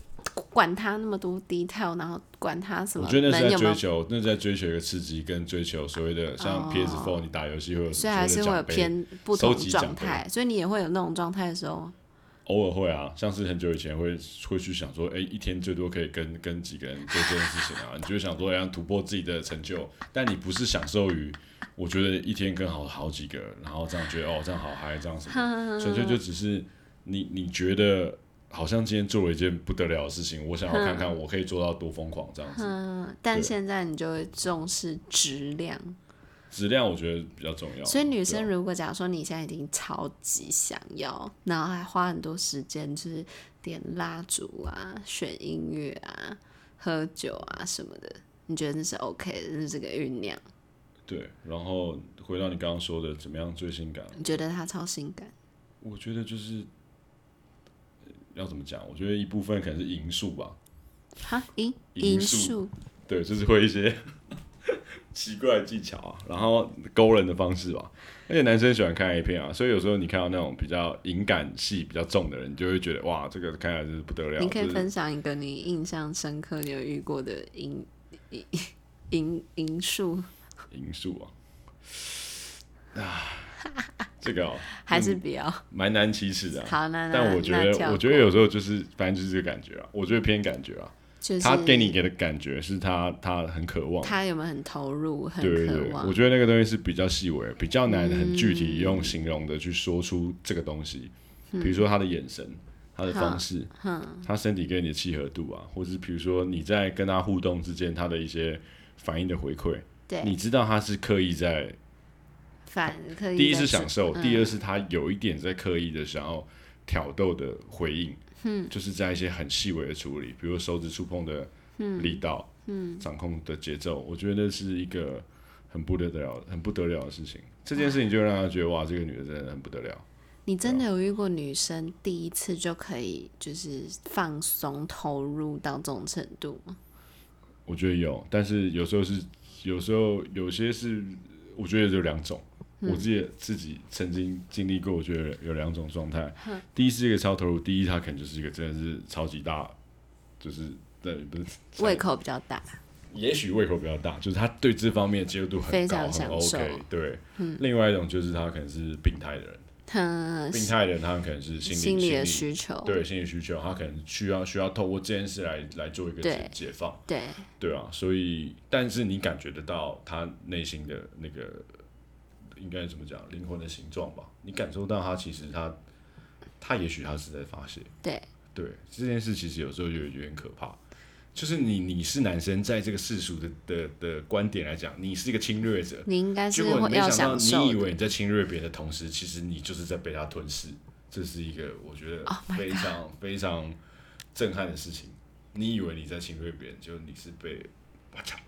[SPEAKER 1] 管他那么多 detail，然后管他什
[SPEAKER 2] 我
[SPEAKER 1] 么
[SPEAKER 2] 觉得那是
[SPEAKER 1] 门
[SPEAKER 2] 在
[SPEAKER 1] 有没有
[SPEAKER 2] 追求，那是在追求一个刺激，跟追求所谓的像 PS Four，、你打游戏会有
[SPEAKER 1] 所
[SPEAKER 2] 所
[SPEAKER 1] 以
[SPEAKER 2] 谓
[SPEAKER 1] 还
[SPEAKER 2] 的
[SPEAKER 1] 是会有
[SPEAKER 2] 奖杯，
[SPEAKER 1] 偏不同
[SPEAKER 2] 收集奖
[SPEAKER 1] 状态，所以你也会有那种状态的时候吗。
[SPEAKER 2] 偶尔会啊，像是很久以前会会去想说，哎、一天最多可以跟跟几个人做这件事情啊，你就会想说，要突破自己的成就，但你不是享受于，我觉得一天跟好好几个，然后这样觉得哦，这样好嗨，这样什 么，纯粹就只是你你觉得好像今天做了一件不得了的事情，我想要看看我可以做到多疯狂这样子，
[SPEAKER 1] 嗯，但
[SPEAKER 2] 对
[SPEAKER 1] 现在你就会重视质量，
[SPEAKER 2] 质量我觉得比较重要，
[SPEAKER 1] 所以女
[SPEAKER 2] 对啊
[SPEAKER 1] 生如果假如说你现在已经超级想要，然后还花很多时间就是点蜡烛啊、选音乐啊、喝酒啊什么的，你觉得那是 OK 的，那是个酝酿，
[SPEAKER 2] 对，然后回到你刚刚说的，怎么样最性感？
[SPEAKER 1] 你觉得她超性感？
[SPEAKER 2] 我觉得就是呃要怎么讲？我觉得一部分可能是银数吧，
[SPEAKER 1] 哈，银
[SPEAKER 2] 银
[SPEAKER 1] 银
[SPEAKER 2] 数
[SPEAKER 1] 数
[SPEAKER 2] 对，就是会一些 奇怪的技巧啊，然后勾人的方式吧。而且男生喜欢看 A 片啊，所以有时候你看到那种比较敏感戏比较重的人，你就会觉得哇，这个看起来就是啊不得了。
[SPEAKER 1] 你可以
[SPEAKER 2] 就是
[SPEAKER 1] 分享一个你印象深刻、你有遇过的银银银银数，
[SPEAKER 2] 银数啊，啊，这个、哦、
[SPEAKER 1] 还是不要？
[SPEAKER 2] 蛮难启齿的啊、
[SPEAKER 1] 好，那那
[SPEAKER 2] 但我觉
[SPEAKER 1] 那跳
[SPEAKER 2] 得，
[SPEAKER 1] 过
[SPEAKER 2] 我觉得有时候就是，反正就是这个感觉啊，我觉得偏感觉啊。
[SPEAKER 1] 就是
[SPEAKER 2] 他给你给的感觉是他他很渴望，
[SPEAKER 1] 他有没有很投入，很
[SPEAKER 2] 对对
[SPEAKER 1] 渴
[SPEAKER 2] 对，
[SPEAKER 1] 望？
[SPEAKER 2] 我觉得那个东西是比较细微，比较难很具体用形容
[SPEAKER 1] 嗯
[SPEAKER 2] 的去说出这个东西。比如说他的眼神，他的方式，他身体跟你的契合度啊，或是比如说你在跟他互动之间他的一些反应的回馈，
[SPEAKER 1] 对，
[SPEAKER 2] 你知道他是刻意在，
[SPEAKER 1] 反可以
[SPEAKER 2] 第一
[SPEAKER 1] 在
[SPEAKER 2] 是
[SPEAKER 1] 这
[SPEAKER 2] 享受，
[SPEAKER 1] 嗯
[SPEAKER 2] 第二是他有一点在刻意的想要挑逗的回应，嗯，就是在一些很细微的处理，比如手指触碰的力道，掌控的节奏，我觉得是一个很不得了、很不得了的事情。这件事情就让他觉得哇，这个女的真的很不得了。
[SPEAKER 1] 你真
[SPEAKER 2] 啊
[SPEAKER 1] 的有遇过女生第一次就可以就是放松投入到这种程度吗？
[SPEAKER 2] 我觉得有，但是有时候是，有时候有些是，我觉得有两种。
[SPEAKER 1] 嗯
[SPEAKER 2] 我自己自己曾经经历过，我觉得有两种状态。第一是一个超投入，第一他可能就是一个真的是超级大，就是对不是
[SPEAKER 1] 胃口比较大，
[SPEAKER 2] 也许胃口比较大，就是他对这方面的接受度很
[SPEAKER 1] 非
[SPEAKER 2] 高，
[SPEAKER 1] 常
[SPEAKER 2] 很
[SPEAKER 1] 享受嗯
[SPEAKER 2] OK。对，另外一种就是他可能是病态的人，
[SPEAKER 1] 哼，
[SPEAKER 2] 病态的人他们可能是心理
[SPEAKER 1] 心理的
[SPEAKER 2] 心
[SPEAKER 1] 需求，
[SPEAKER 2] 对心理需求，他可能需要需要透过这件事来来做一个
[SPEAKER 1] 对
[SPEAKER 2] 解解放，
[SPEAKER 1] 对
[SPEAKER 2] 对啊，所以但是你感觉得到他内心的那个应该怎么讲灵魂的形状吧？你感受到他其实他他也许他是在发泄，
[SPEAKER 1] 对
[SPEAKER 2] 对这件事其实有时候有有点可怕，就是你你是男生，在这个世俗的的的观点来讲，你是一个侵略者。
[SPEAKER 1] 你应该
[SPEAKER 2] 结
[SPEAKER 1] 是
[SPEAKER 2] 果
[SPEAKER 1] 会
[SPEAKER 2] 你没
[SPEAKER 1] 要
[SPEAKER 2] 想到，
[SPEAKER 1] 享受
[SPEAKER 2] 你以
[SPEAKER 1] 的
[SPEAKER 2] 为你在侵略别人的同时，其实你就是在被他吞噬。这是一个我觉得
[SPEAKER 1] Oh my
[SPEAKER 2] 非常、非常震撼的事情。你以为你在侵略别人，就你是被我操，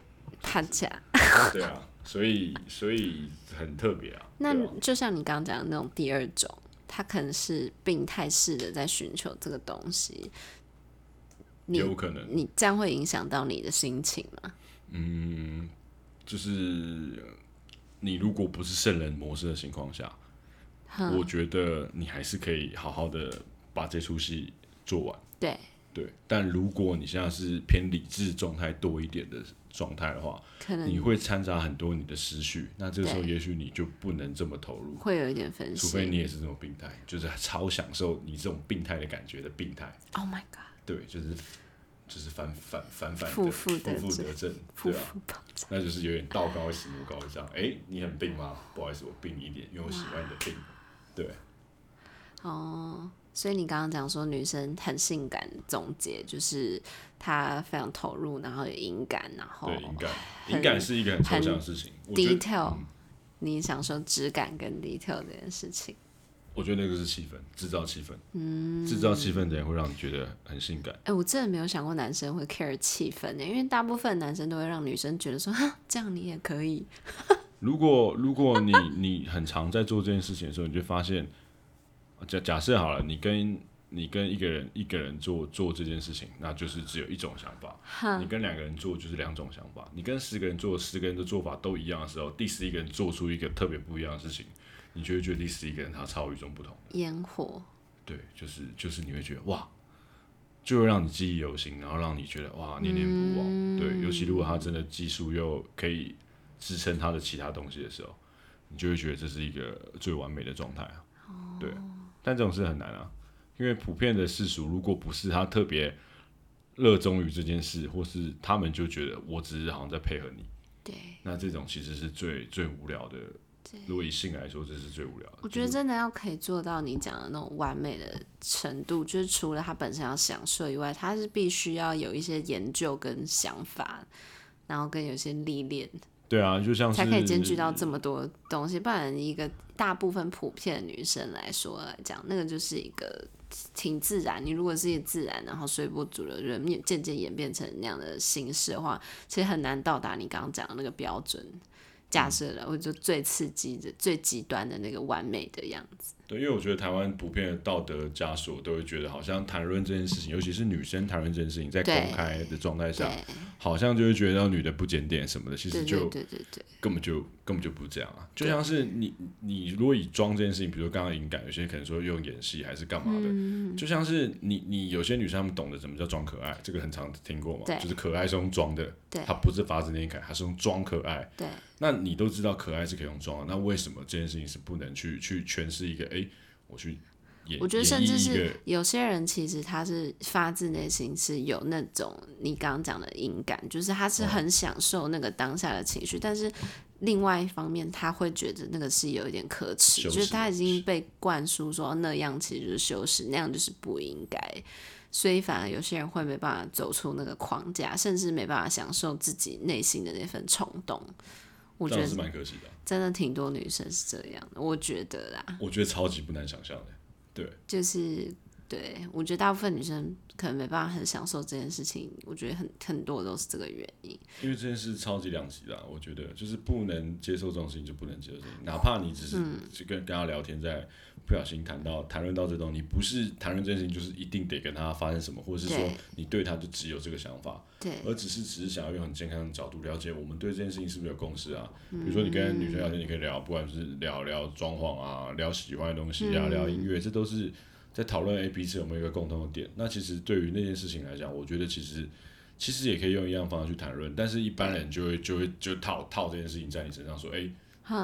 [SPEAKER 1] 看起来。
[SPEAKER 2] 对啊，所以所以很特别啊。
[SPEAKER 1] 那
[SPEAKER 2] 对啊
[SPEAKER 1] 就像你刚刚讲的那种第二种，他可能是病态式的在寻求这个东西，你
[SPEAKER 2] 也有可能，
[SPEAKER 1] 你这样会影响到你的心情吗？
[SPEAKER 2] 嗯，就是呃你如果不是圣人模式的情况下，
[SPEAKER 1] 哼，
[SPEAKER 2] 我觉得你还是可以好好的把这出戏做完。
[SPEAKER 1] 对，
[SPEAKER 2] 对，但如果你现在是偏理智状态多一点的状态的话，
[SPEAKER 1] 可能
[SPEAKER 2] 你会掺杂很多你的思绪，那这个时候
[SPEAKER 1] 嗯对
[SPEAKER 2] 也许你就不能这么投入，
[SPEAKER 1] 会有一点分
[SPEAKER 2] 除非
[SPEAKER 1] 心。
[SPEAKER 2] 你也是这种病态，就是超享受你这种病态的感觉的病态，
[SPEAKER 1] Oh my god，
[SPEAKER 2] 对，就是就是反反反反的
[SPEAKER 1] 负负得
[SPEAKER 2] 负负
[SPEAKER 1] 正
[SPEAKER 2] 得正，
[SPEAKER 1] 夫
[SPEAKER 2] 对啊，
[SPEAKER 1] 妇爆炸，
[SPEAKER 2] 那就是有点道高一尺，魔高一丈。哎、你很病吗？不好意思，我病一点，因为我喜欢你的病。对，
[SPEAKER 1] 哦。所以你刚刚讲说女生很性感，总结就是她非常投入，然后也敏感，然后
[SPEAKER 2] 对，敏感，
[SPEAKER 1] 很
[SPEAKER 2] 敏感是一个很抽象的事情。我觉得，嗯
[SPEAKER 1] detail，你享受质感跟 detail 这件事情。
[SPEAKER 2] 我觉得那个是气氛，制造气氛。嗯，制造气氛的人会让你觉得很性感。
[SPEAKER 1] 哎、我真的没有想过男生会 care 气氛的，因为大部分男生都会让女生觉得说，哈，这样你也可以。
[SPEAKER 2] 如果如果你 你很常在做这件事情的时候，你就发现，假假设好了，你跟你跟一个人一个人做做这件事情，那就是只有一种想法；你跟两个人做就是两种想法；你跟十个人做，十个人的做法都一样的时候，第十一个人做出一个特别不一样的事情，你就会觉得第十一个人他超与众不同。
[SPEAKER 1] 烟火，
[SPEAKER 2] 对，就是就是你会觉得哇，就会让你记忆犹新，然后让你觉得哇念念不忘。对，尤其如果他真的技术又可以支撑他的其他东西的时候，你就会觉得这是一个最完美的状态啊。
[SPEAKER 1] 哦
[SPEAKER 2] 对，但这种事很难啊，因为普遍的世俗，如果不是他特别热衷于这件事，或是他们就觉得我只是好像在配合你，
[SPEAKER 1] 对，
[SPEAKER 2] 那这种其实是最最无聊的。如果以性来说，这是最无聊的。
[SPEAKER 1] 我觉得真的要可以做到你讲的那种完美的程度，就是除了他本身要享受以外，他是必须要有一些研究跟想法，然后跟有一些历练，
[SPEAKER 2] 对啊，就像是
[SPEAKER 1] 才可以兼具到这么多东西。不然，一个大部分普遍的女生来说来讲，那个就是一个挺自然。你如果是一个自然，然后随波逐流的人，你渐渐演变成那样的形式的话，其实很难到达你刚刚讲的那个标准。假设了，我就最刺激的、最极端的那个完美的样子。
[SPEAKER 2] 对，因为我觉得台湾普遍的道德枷锁都会觉得，好像谈论这件事情，尤其是女生谈论这件事情，在
[SPEAKER 1] 对
[SPEAKER 2] 公开的状态下，
[SPEAKER 1] 对
[SPEAKER 2] 好像就会觉得女的不检点什么的，其实
[SPEAKER 1] 对
[SPEAKER 2] 就
[SPEAKER 1] 对对对对，
[SPEAKER 2] 根本就根本就不这样啊。就像是你你如果以装这件事情，比如说刚刚影感，有些可能说用演戏还是干嘛的，
[SPEAKER 1] 嗯
[SPEAKER 2] 就像是你你有些女生她们懂得什么叫装可爱，这个很常听过嘛
[SPEAKER 1] 对，
[SPEAKER 2] 就是可爱是用装的
[SPEAKER 1] 对，
[SPEAKER 2] 她不是发自内心可爱，她是用装可爱。
[SPEAKER 1] 对，
[SPEAKER 2] 那你都知道可爱是可以用装的，啊那为什么这件事情是不能去去诠释一个？诶，我去演，
[SPEAKER 1] 我觉得
[SPEAKER 2] 演
[SPEAKER 1] 甚
[SPEAKER 2] 绎
[SPEAKER 1] 至
[SPEAKER 2] 一
[SPEAKER 1] 是
[SPEAKER 2] 个
[SPEAKER 1] 有些人其实他是发自内心是有那种你刚刚讲的音感，就是他
[SPEAKER 2] 哦
[SPEAKER 1] 是很享受那个当下的情绪，但是另外一方面他会觉得那个是有一点可耻，
[SPEAKER 2] 羞
[SPEAKER 1] 就
[SPEAKER 2] 耻
[SPEAKER 1] 是他已经被灌输说那样其实就是羞耻，那样就是不应该。所以反而有些人会没办法走出那个框架，甚至没办法享受自己内心的那份冲动。我觉
[SPEAKER 2] 这样
[SPEAKER 1] 得
[SPEAKER 2] 是蛮可惜的啊、
[SPEAKER 1] 真的挺多女生是这样的，我觉得啦。
[SPEAKER 2] 我觉得超级不难想象的。对，
[SPEAKER 1] 就是对我觉得大部分女生可能没办法很享受这件事情，我觉得很很多都是这个原因。
[SPEAKER 2] 因为这件事超级两极的啊、我觉得就是不能接受这种事情就不能接受这种事情，哪怕你只是
[SPEAKER 1] 嗯
[SPEAKER 2] 去跟跟他聊天，在不小心谈到谈论到这东西，你不是谈论这件事情，就是一定得跟他发生什么，或者是说
[SPEAKER 1] 对
[SPEAKER 2] 你对他就只有这个想法，
[SPEAKER 1] 对
[SPEAKER 2] 而只是只是想要用很健康的角度了解我们对这件事情是不是有共识啊？比如说你跟女生聊天，你可以聊，不管是聊聊装潢啊，聊喜欢的东西啊，聊音乐，这都是在讨论 A 彼此有没有一个共同的点。那其实对于那件事情来讲，我觉得其实其实也可以用一样方式去谈论，但是一般人就会就会就套套这件事情在你身上说，哎、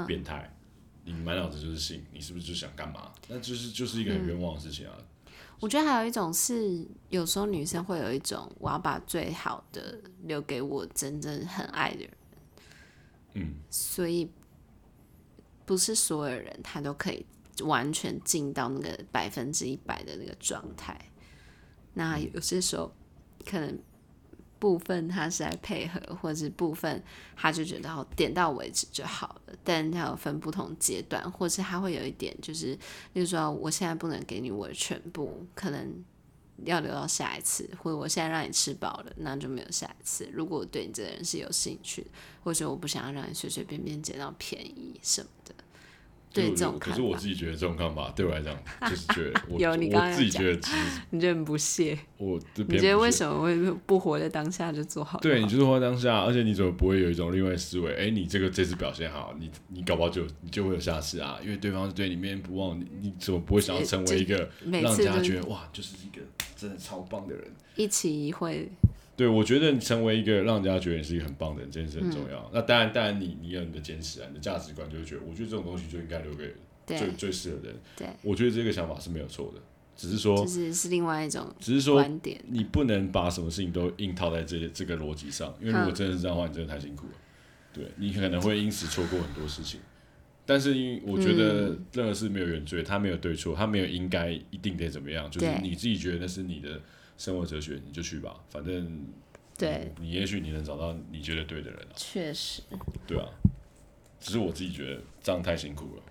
[SPEAKER 2] 变态。你满脑子就是性，你是不是就想干嘛？那就是就是一个很冤枉的事情啊！
[SPEAKER 1] 我觉得还有一种是，有时候女生会有一种我要把最好的留给我真正很爱的人，
[SPEAKER 2] 嗯，
[SPEAKER 1] 所以不是所有人他都可以完全进到那个百分之一百的那个状态。那有些时候可能部分他是在配合，或者部分他就觉得哦点到为止就好了。但他有分不同阶段，或是他会有一点就是，例如说我现在不能给你我的全部，可能要留到下一次，或者我现在让你吃饱了，那就没有下一次。如果我对你这个人是有兴趣，或者我不想要让你随随便便捡到便宜什么的，对
[SPEAKER 2] 就
[SPEAKER 1] 这种
[SPEAKER 2] 可
[SPEAKER 1] 看
[SPEAKER 2] 是我
[SPEAKER 1] 法
[SPEAKER 2] 自，己觉得这种看法对我来 讲，就是觉得我
[SPEAKER 1] 有你刚刚
[SPEAKER 2] 我
[SPEAKER 1] 有
[SPEAKER 2] 自己觉得其实
[SPEAKER 1] 你觉得很不屑？
[SPEAKER 2] 我这
[SPEAKER 1] 你
[SPEAKER 2] 边
[SPEAKER 1] 觉得
[SPEAKER 2] 不
[SPEAKER 1] 为
[SPEAKER 2] 屑
[SPEAKER 1] 什么会不活在当下就做好就好？
[SPEAKER 2] 对，你就是活在当下，而且你怎么不会有一种另外思维？哎、你这个这次表现好，你你搞不好就你就会有下次啊，因为对方是对你念念不忘，你你怎么不会想要成为一个
[SPEAKER 1] 每
[SPEAKER 2] 让
[SPEAKER 1] 次
[SPEAKER 2] 人家
[SPEAKER 1] 都
[SPEAKER 2] 觉
[SPEAKER 1] 是
[SPEAKER 2] 得哇，就是一个真的超棒的人？
[SPEAKER 1] 一期一会，
[SPEAKER 2] 对，我觉得你成为一个让人家觉得你是一个很棒的人，这件事很重
[SPEAKER 1] 嗯
[SPEAKER 2] 要。那当然，当然你你有你的坚持啊，你的价值观就会觉得，我觉得这种东西就应该留给最
[SPEAKER 1] 对
[SPEAKER 2] 最适合的人。
[SPEAKER 1] 对，
[SPEAKER 2] 我觉得这个想法是没有错的，只是说，
[SPEAKER 1] 就是是另外一种
[SPEAKER 2] 只是说
[SPEAKER 1] 观点。
[SPEAKER 2] 你不能把什么事情都硬套在这这个逻辑上，
[SPEAKER 1] 嗯
[SPEAKER 2] 因为如果真的是这样的话，你真的太辛苦了。对你可能会因此错过很多事
[SPEAKER 1] 嗯
[SPEAKER 2] 情。但是因为我觉得任何事没有原罪，它没有对错，它没有应该一定得怎么样，就是
[SPEAKER 1] 对
[SPEAKER 2] 你自己觉得那是你的生活哲学，你就去吧，反正
[SPEAKER 1] 对，
[SPEAKER 2] 你也许你能找到你觉得对的人啊，
[SPEAKER 1] 确实，
[SPEAKER 2] 对啊。只是我自己觉得这样太辛苦了，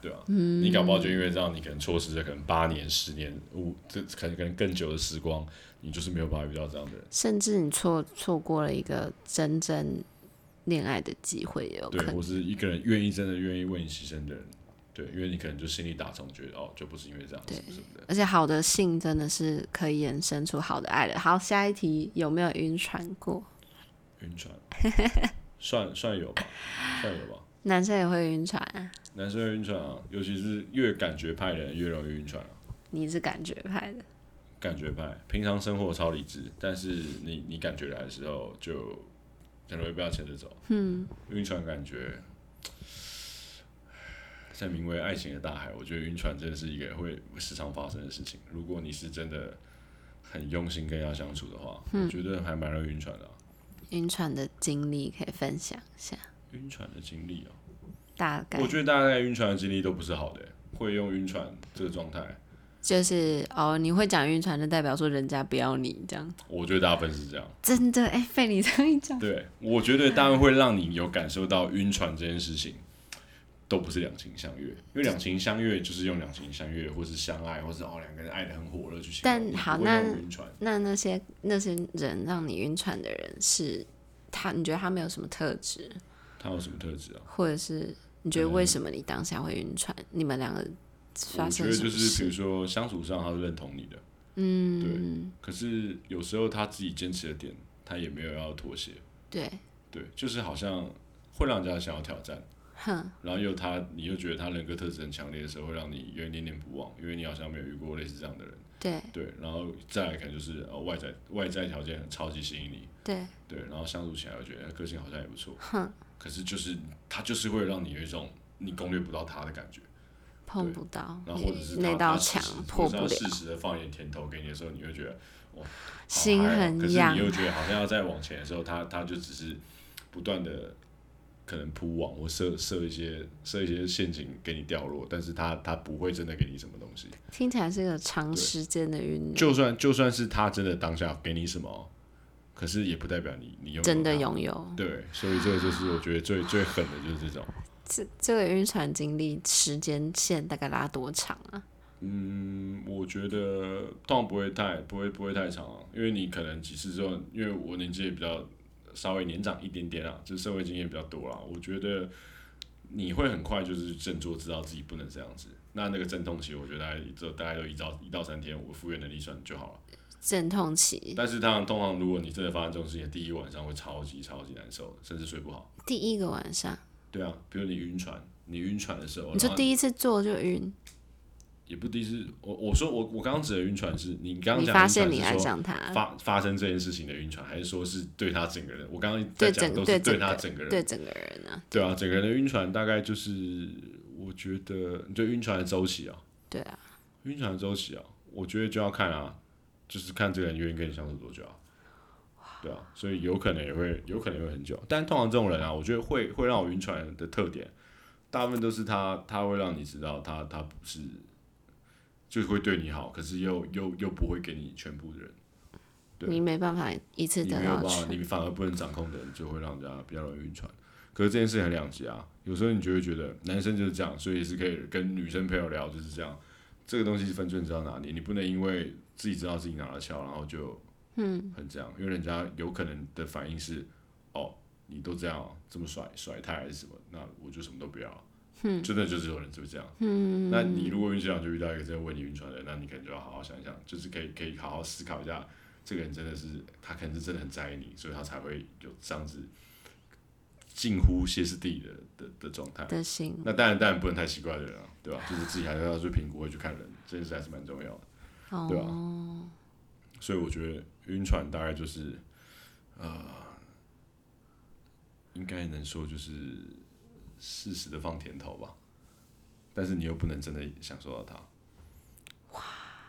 [SPEAKER 2] 对啊。嗯、你搞不好就因为这样，你可能错失了可能八年、十年、五这可能可能更久的时光，你就是没有办法遇到这样的人。
[SPEAKER 1] 甚至你错错过了一个真正恋爱的机会也有可
[SPEAKER 2] 对，
[SPEAKER 1] 能。
[SPEAKER 2] 我是一个人愿意真的愿意为你牺牲的人。对，因为你可能就心里打从觉得哦，就不是因为这样子
[SPEAKER 1] 对
[SPEAKER 2] 什么什么的。
[SPEAKER 1] 而且好的性真的是可以延伸出好的爱的。好，下一题有没有晕船过？
[SPEAKER 2] 晕船， 算算有吧，算有吧。
[SPEAKER 1] 男生也会晕船啊？
[SPEAKER 2] 男生会晕船啊，尤其是越感觉派的人越容易晕船啊。
[SPEAKER 1] 你是感觉派的，
[SPEAKER 2] 感觉派，平常生活超理智，但是你你感觉来的时候就很容易被他牵着走。嗯，晕船感觉，在名为爱情的大海，我觉得晕船真的是一个会时常发生的事情。如果你是真的很用心跟他相处的话，我觉得还蛮容易晕船的啊、
[SPEAKER 1] 晕船的经历可以分享一下，
[SPEAKER 2] 晕船的经历哦、
[SPEAKER 1] 大概
[SPEAKER 2] 我觉得大家晕船的经历都不是好的、欸会用晕船这个状态，
[SPEAKER 1] 就是哦，你会讲晕船，就代表说人家不要你这样。
[SPEAKER 2] 我觉得大部分是这样。
[SPEAKER 1] 真的，哎、被你这么一 讲，
[SPEAKER 2] 对，我觉得大概会让你有感受到晕船这件事情，都不是两情相悦，因为两情相悦就是用两情相悦，或是相爱，或是哦两个人爱的很火热去形容。
[SPEAKER 1] 但
[SPEAKER 2] 你不
[SPEAKER 1] 好
[SPEAKER 2] 会
[SPEAKER 1] 那
[SPEAKER 2] 用晕船，
[SPEAKER 1] 那那些那些人让你晕船的人是他，你觉得他没有什么特质，
[SPEAKER 2] 他有什么特质啊？
[SPEAKER 1] 或者是你觉得为什么你当下会晕船？你们两个发
[SPEAKER 2] 嗯我觉
[SPEAKER 1] 生
[SPEAKER 2] 得
[SPEAKER 1] 什
[SPEAKER 2] 就
[SPEAKER 1] 么
[SPEAKER 2] 是比
[SPEAKER 1] 事？
[SPEAKER 2] 如说相处上他是认同你的，
[SPEAKER 1] 嗯，
[SPEAKER 2] 可是有时候他自己坚持的点，他也没有要妥协，
[SPEAKER 1] 对，
[SPEAKER 2] 对，就是好像会让人家想要挑战。
[SPEAKER 1] 哼，
[SPEAKER 2] 然后又他，你又觉得他人格特质很强烈的时候，会让你有点念念不忘，因为你好像没有遇过类似这样的人。
[SPEAKER 1] 对
[SPEAKER 2] 对，然后再来可能就是呃外在外在条件很超级吸引你，
[SPEAKER 1] 对，
[SPEAKER 2] 对，然后相处起来我觉得呃个性好像也不错，可是就是他就是会让你有一种你攻略不到他的感觉，
[SPEAKER 1] 碰不到
[SPEAKER 2] 然后或者是
[SPEAKER 1] 那
[SPEAKER 2] 他
[SPEAKER 1] 道
[SPEAKER 2] 他适
[SPEAKER 1] 墙
[SPEAKER 2] 时
[SPEAKER 1] 破不了，
[SPEAKER 2] 或是他适时的放一点甜头给你的时候，你会觉得好
[SPEAKER 1] 心
[SPEAKER 2] 嗨哦
[SPEAKER 1] 很
[SPEAKER 2] 可
[SPEAKER 1] 痒
[SPEAKER 2] 是你。又觉得好像要再往前的时候，他他就只是不断的可能铺网或设设一些设一些陷阱给你掉落，但是他他不会真的给你什么东西。
[SPEAKER 1] 听起来是个长
[SPEAKER 2] 对
[SPEAKER 1] 时间的晕，
[SPEAKER 2] 就算就算是他真的当下给你什么，可是也不代表你你拥有
[SPEAKER 1] 真的
[SPEAKER 2] 它
[SPEAKER 1] 拥有。
[SPEAKER 2] 对，所以这个就是我觉得最最狠的就是这种。
[SPEAKER 1] 这这个晕船经历时间线大概拉多长啊？
[SPEAKER 2] 嗯，我觉得当然不会太不会不会太长、啊，因为你可能几次之后，因为我年纪也比较稍微年长一点点啊，就是社会经验比较多啦，我觉得你会很快就是振作，知道自己不能这样子。那那个阵痛期，我觉得大概就大概就一到一到三天，我复原能力算就好了。
[SPEAKER 1] 阵痛期
[SPEAKER 2] 但是当然，通常如果你真的发生这种事情，第一晚上会超级超级难受的，甚至睡不好。
[SPEAKER 1] 第一个晚上，
[SPEAKER 2] 对啊，比如你晕船，你晕船的时候，
[SPEAKER 1] 你说
[SPEAKER 2] 然后
[SPEAKER 1] 第一次做就晕，
[SPEAKER 2] 也不低是，我我说我我刚刚指的晕船是你刚刚
[SPEAKER 1] 你
[SPEAKER 2] 讲
[SPEAKER 1] 发
[SPEAKER 2] 的
[SPEAKER 1] 现
[SPEAKER 2] 晕
[SPEAKER 1] 你
[SPEAKER 2] 船
[SPEAKER 1] 爱
[SPEAKER 2] 是说
[SPEAKER 1] 上他，
[SPEAKER 2] 发发生这件事情的晕船，还是说是对他整个人？我刚刚在
[SPEAKER 1] 对
[SPEAKER 2] 讲
[SPEAKER 1] 整
[SPEAKER 2] 都
[SPEAKER 1] 对
[SPEAKER 2] 是
[SPEAKER 1] 整
[SPEAKER 2] 他整个人，
[SPEAKER 1] 对整个人啊，
[SPEAKER 2] 对啊，整个人的晕船大概就是我觉得你对晕船的周期啊，
[SPEAKER 1] 对啊，
[SPEAKER 2] 晕船的周期啊，我觉得就要看啊，就是看这个人愿意跟你相处多久啊。对啊，所以有可能也会，有可能也会很久。但通常这种人啊，我觉得会会让我晕船的特点，大部分都是他他会让你知道他他不是，就会对你好，可是又又又不会给你全部的人。对
[SPEAKER 1] 你没办法一次
[SPEAKER 2] 你
[SPEAKER 1] 得
[SPEAKER 2] 没
[SPEAKER 1] 到
[SPEAKER 2] 有办法，
[SPEAKER 1] 全。
[SPEAKER 2] 你反而不能掌控的人，就会让人家比较容易晕船。可是这件事很两极啊，有时候你就会觉得男生就是这样，所以也是可以跟女生朋友聊就是这样。这个东西分寸知道哪里，你不能因为自己知道自己拿了翘，然后就嗯很这样，因为人家有可能的反应是哦，你都这样哦这么甩甩态还是什么，那我就什么都不要。嗯，真的就是有人就这样。嗯，那你如果运气好就遇到一个真的为你晕船的人，那你可能就要好好想一想，就是可以可以好好思考一下，这个人真的是他可能是真的很在意你，所以他才会有这样子近乎歇斯底里的的的状态。
[SPEAKER 1] 的心，
[SPEAKER 2] 那当然，当然不能太奇怪的人啊，对吧？就是自己还是要去评估，会去看人，这件事还是蛮重要的。
[SPEAKER 1] 哦，
[SPEAKER 2] 对所以我觉得晕船大概就是，呃，应该能说就是适时的放甜头吧，但是你又不能真的享受到它。哇！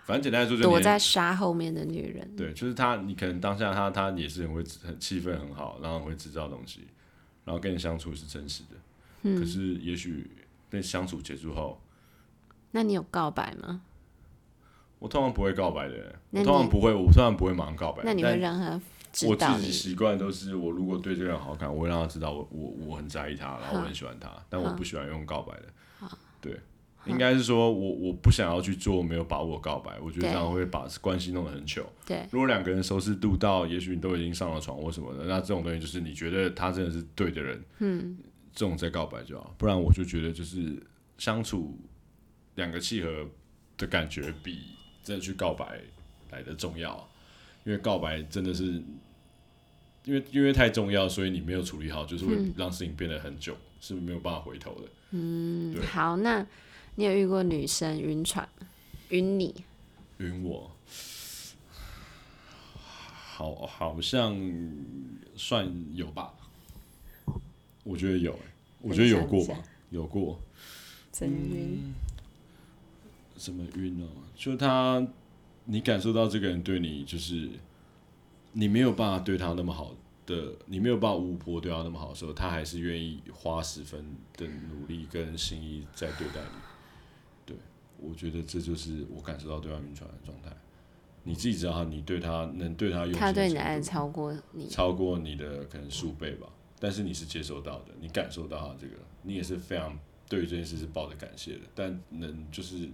[SPEAKER 2] 反正简单来说，就是
[SPEAKER 1] 躲
[SPEAKER 2] 你
[SPEAKER 1] 在沙后面的女人，
[SPEAKER 2] 对，就是他，你可能当下他他也是很会很气氛很好，然后很会制造东西，然后跟你相处是真实的。
[SPEAKER 1] 嗯
[SPEAKER 2] 可是也许那相处结束后，
[SPEAKER 1] 那你有告白吗？
[SPEAKER 2] 我通常不会告白的人，
[SPEAKER 1] 那你
[SPEAKER 2] 我通常不会，我通常不会马上告白。
[SPEAKER 1] 那你会
[SPEAKER 2] 但
[SPEAKER 1] 让他知
[SPEAKER 2] 我
[SPEAKER 1] 道
[SPEAKER 2] 自
[SPEAKER 1] 你
[SPEAKER 2] 己习惯都是，我如果对这个人好看，我会让他知道我我我很在意他，然后我很喜欢他，但我不喜欢用告白的。对，应该是说我我不想要去做没有把握的告白，我觉得
[SPEAKER 1] 对
[SPEAKER 2] 这样会把关系弄得很糗。
[SPEAKER 1] 对
[SPEAKER 2] 如果两个人熟识度到，也许你都已经上了床或什么的，那这种东西就是你觉得他真的是对的人，嗯，这种再告白就好。不然我就觉得就是相处两个契合的感觉比真的去告白来的重要，因为告白真的是因为因为太重要，所以你没有处理好，就是会让事情变得很久，是没有办法回头的。
[SPEAKER 1] 嗯，好，那你有遇过女生晕船吗晕你？
[SPEAKER 2] 晕我，好好像算有吧，我觉得有、欸，我觉得有过吧，有过
[SPEAKER 1] 真晕？
[SPEAKER 2] 什么晕哦、就他，你感受到这个人对你就是，你没有办法对他那么好的，你没有办法无波对他那么好的时候，他还是愿意花十分的努力跟心意在对待你。对，我觉得这就是我感受到对方晕船的状态。你自己知道他，你对他能对他用心
[SPEAKER 1] 他对你的爱
[SPEAKER 2] 嗯程度
[SPEAKER 1] 超过你，
[SPEAKER 2] 超过你的可能数倍吧，但是你是接收到的，你感受到他这个，你也是非常对于这件事是抱着感谢的，但能就是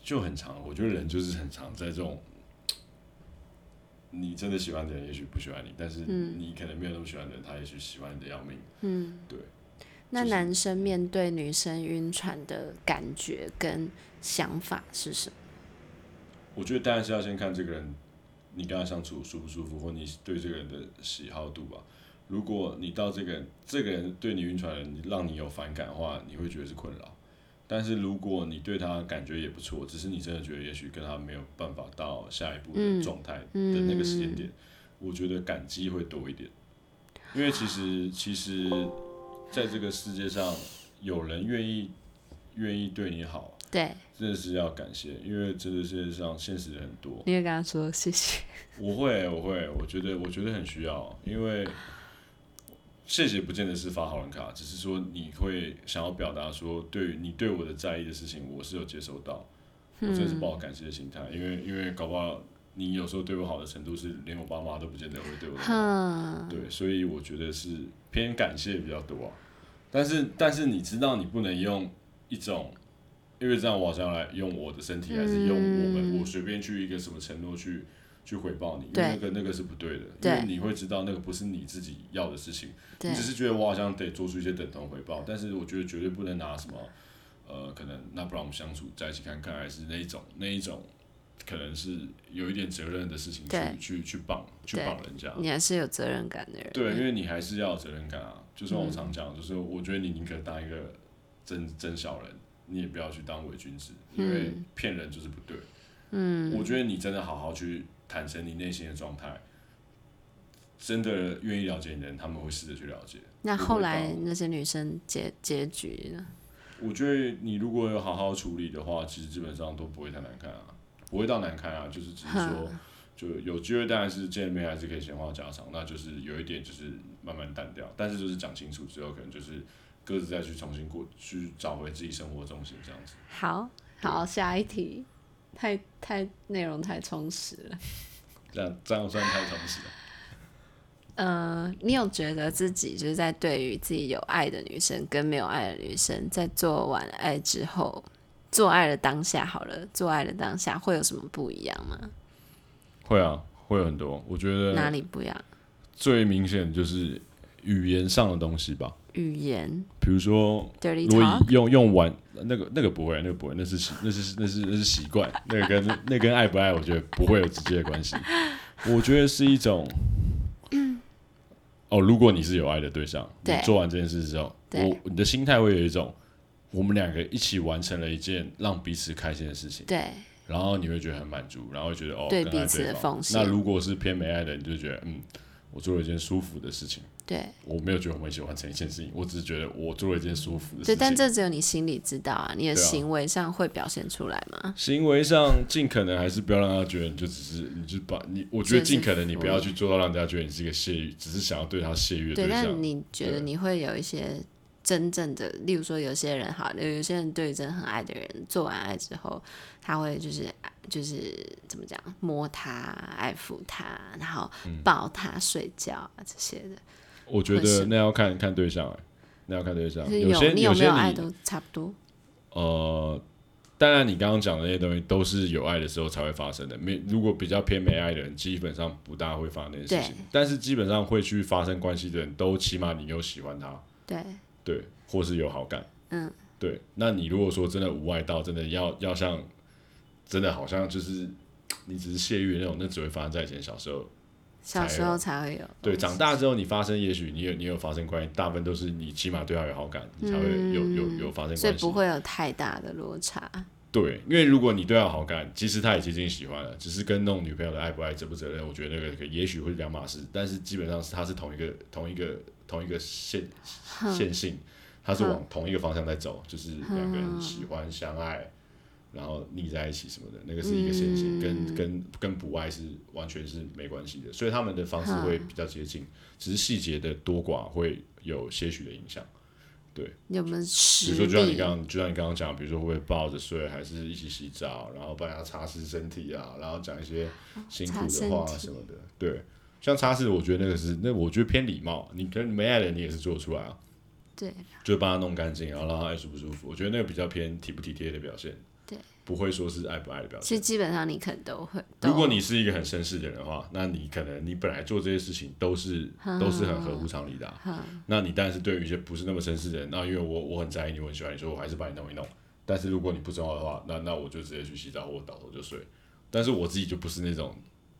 [SPEAKER 2] 就很长，我觉得人就是很长，在这种你真的喜欢的人，也许不喜欢你，但是你可能没有那么喜欢的人，他也许喜欢你的要命。嗯，对，
[SPEAKER 1] 那
[SPEAKER 2] 就是
[SPEAKER 1] 男生面对女生晕船的感觉跟想法是什么？
[SPEAKER 2] 我觉得当然是要先看这个人，你跟他相处舒不舒服，或你对这个人的喜好度吧。如果你到这个人，这个人对你晕船的人，让你有反感的话，你会觉得是困扰。但是如果你对他感觉也不错，只是你真的觉得也许跟他没有办法到下一步的状态的那个时间点，我觉得感激会多一点。因为其实其实，在这个世界上，有人愿意愿意对你好，
[SPEAKER 1] 对，
[SPEAKER 2] 真的是要感谢，因为真的世界上现实很多。
[SPEAKER 1] 你也跟他说谢谢。
[SPEAKER 2] 我会，我会，我觉得，我觉得很需要，因为谢谢不见得是发好人卡，只是说你会想要表达说，对于你对我的在意的事情，我是有接收到，我真的是抱着感谢的心态，因为因为搞不好你有时候对我好的程度是连我爸妈都不见得会对我好。
[SPEAKER 1] 哼，
[SPEAKER 2] 对，所以我觉得是偏感谢比较多啊、但是，但是你知道，你不能用一种，因为这样我好像来用我的身体，还是用我们，我随便去一个什么承诺去去回报你，因
[SPEAKER 1] 嗯对
[SPEAKER 2] 为那个那个是不对的，因
[SPEAKER 1] 对
[SPEAKER 2] 为你会知道那个不是你自己要的事情，
[SPEAKER 1] 对
[SPEAKER 2] 你只是觉得我好像得做出一些等同回报，但是我觉得绝对不能拿什么，呃，可能那不然我们相处在一起看看，还是那一种那一种。可能是有一点责任的事情去
[SPEAKER 1] 对
[SPEAKER 2] 去去绑去
[SPEAKER 1] 对
[SPEAKER 2] 绑人家，
[SPEAKER 1] 你还是有责任感的人。
[SPEAKER 2] 对，因为你还是要有责任感啊。就像我常讲，就是我觉得你宁可当一个真真小人，你也不要去当伪君子，因为骗人就是不对。嗯，我觉得你真的好好去坦诚你内心的状态，真的愿意了解你的人，他们会试着去了解。
[SPEAKER 1] 那后来
[SPEAKER 2] 我会
[SPEAKER 1] 那些女生结结局呢？
[SPEAKER 2] 我觉得你如果有好好处理的话，其实基本上都不会太难看啊，不会到难看啊，就是只是说，就有机会当然是见面还是可以闲话家常，那就是有一点就是慢慢淡掉，但是就是讲清楚之后，可能就是各自再去重新过去找回自己生活重心这样子。
[SPEAKER 1] 好好，下一题，太太内容太充实了。
[SPEAKER 2] 这样这样算太充实了。
[SPEAKER 1] 呃，你有觉得自己就是在对于自己有爱的女生跟没有爱的女生，在做完爱之后，做爱的当下好了，做爱的当下会有什么不一样吗？
[SPEAKER 2] 会啊，会有很多。我觉
[SPEAKER 1] 哪
[SPEAKER 2] 得
[SPEAKER 1] 里不一样？
[SPEAKER 2] 最明显就是语言上的东西吧，
[SPEAKER 1] 语言
[SPEAKER 2] 比如说
[SPEAKER 1] ，dirty
[SPEAKER 2] 如果
[SPEAKER 1] talk，
[SPEAKER 2] 以用用完那个那个不会，那个不会，那是习那是那是那是习惯，那个跟那跟爱不爱，我觉得不会有直接的关系。我觉得是一种，哦，如果你是有爱的对象，你
[SPEAKER 1] 嗯对
[SPEAKER 2] 做完这件事之后，
[SPEAKER 1] 对
[SPEAKER 2] 我你的心态会有一种，我们两个一起完成了一件让彼此开心的事情，
[SPEAKER 1] 对
[SPEAKER 2] 然后你会觉得很满足，然后会觉得哦，
[SPEAKER 1] 对
[SPEAKER 2] 跟爱
[SPEAKER 1] 彼此的
[SPEAKER 2] 方
[SPEAKER 1] 奉献
[SPEAKER 2] 那如果是偏没爱的，你就觉得嗯，我做了一件舒服的事情。
[SPEAKER 1] 对
[SPEAKER 2] 我没有觉得我们一起完成一件事情，我只是觉得我做了一件舒服的事
[SPEAKER 1] 对，
[SPEAKER 2] 情。
[SPEAKER 1] 但这只有你心里知道啊，你的
[SPEAKER 2] 对啊
[SPEAKER 1] 行为上会表现出来吗？
[SPEAKER 2] 行为上尽可能还是不要让他觉得你就只是你就把你，我觉得尽可能你不要去做到让人家觉得你是一个泄欲，只是想要对他泄欲的
[SPEAKER 1] 对，
[SPEAKER 2] 象
[SPEAKER 1] 但。你觉得
[SPEAKER 2] 对
[SPEAKER 1] 你会有一些真正的，例如说有些人好，有有些人对真的很爱的人，做完爱之后，他会就是就是怎么讲，摸他、爱抚他，然后
[SPEAKER 2] 嗯
[SPEAKER 1] 抱他睡觉啊这些的，
[SPEAKER 2] 我觉
[SPEAKER 1] 会是
[SPEAKER 2] 得那要看看对象、欸，那要看对象。
[SPEAKER 1] 就是
[SPEAKER 2] 些
[SPEAKER 1] 你有
[SPEAKER 2] 有
[SPEAKER 1] 没
[SPEAKER 2] 些
[SPEAKER 1] 有爱
[SPEAKER 2] 你
[SPEAKER 1] 都差不多。
[SPEAKER 2] 呃，当然你刚刚讲的那些东西都是有爱的时候才会发生的，没如果比较偏没爱的人，基本上不大会发生那些事情
[SPEAKER 1] 对。
[SPEAKER 2] 但是基本上会去发生关系的人，都起码你有喜欢他，
[SPEAKER 1] 对，
[SPEAKER 2] 对，或是有好感，
[SPEAKER 1] 嗯，
[SPEAKER 2] 对。那你如果说真的无爱到，真的要要像，真的好像就是你只是泄欲的那种，那只会发生在以前小时候。
[SPEAKER 1] 小时候才会有。
[SPEAKER 2] 对，长大之后你发生，也许你有你有发生关系，大部分都是你起码对他有好感，你才会有、有有发生
[SPEAKER 1] 所以
[SPEAKER 2] 关系
[SPEAKER 1] 不。会有太大的落差。
[SPEAKER 2] 对，因为如果你对他有好感，其实他也接近喜欢了，只是跟那种女朋友的爱不爱、责不责任，我觉得那个可也许会两码事，但是基本上是他是同一个同一个同一个线线性，他是往同一个方向在走，就是两个人喜欢、相爱，然后腻在一起什么的，那个是一个线性，跟跟跟不爱是完全是没关系的，所以他们的方式会比较接近，只是细节的多寡会有些许的影响。
[SPEAKER 1] 有没有
[SPEAKER 2] 比
[SPEAKER 1] 实
[SPEAKER 2] 如说，
[SPEAKER 1] 力？
[SPEAKER 2] 就像你刚刚，就像你刚刚讲，比如说会不会抱着睡，还是一起洗澡，然后帮他擦拭身体啊，然后讲一些辛苦的
[SPEAKER 1] 擦
[SPEAKER 2] 话
[SPEAKER 1] 身体
[SPEAKER 2] 什么的。对，像擦拭，我觉得那个是，那我觉得偏礼貌。你跟没爱的人，你也是做得出来啊，
[SPEAKER 1] 对
[SPEAKER 2] 就帮他弄干净，然后让他爱舒不舒服。我觉得那个比较偏体不体贴的表现，
[SPEAKER 1] 对，
[SPEAKER 2] 不会说是爱不爱的表
[SPEAKER 1] 其
[SPEAKER 2] 现
[SPEAKER 1] 实。基本上你可能都会。都
[SPEAKER 2] 如果你是一个很绅士的人的话，那你可能你本来做这些事情都是都是很合乎常理的啊、那你当然是对于一些不是那么绅士的人，那因为我我很在意你，我很喜欢你，所以我还是把你弄一弄。但是如果你不重要的话，那那我就直接去洗澡或倒头就睡。但是我自己就不是那种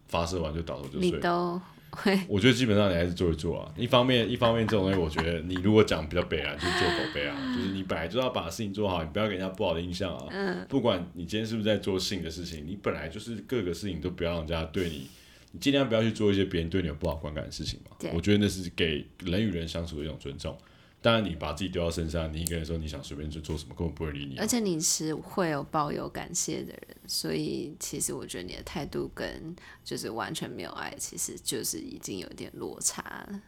[SPEAKER 2] 发射完就倒头就
[SPEAKER 1] 你
[SPEAKER 2] 睡。
[SPEAKER 1] 都会，
[SPEAKER 2] 我觉得基本上你还是做一做啊。一方面，一方面这种东西，我觉得你如果讲比较北啊，就是做口碑啊，就是你本来就要把事情做好，你不要给人家不好的印象啊。不管你今天是不是在做性的事情，你本来就是各个事情都不要让人家对你，你尽量不要去做一些别人对你有不好观感的事情嘛
[SPEAKER 1] 对。
[SPEAKER 2] 我觉得那是给人与人相处的一种尊重。当然，你把自己丢到身上，你一个人说你想随便去做什么，根本不会理你啊、
[SPEAKER 1] 而且你是会有抱有感谢的人，所以其实我觉得你的态度跟就是完全没有爱，其实就是已经有点落差了。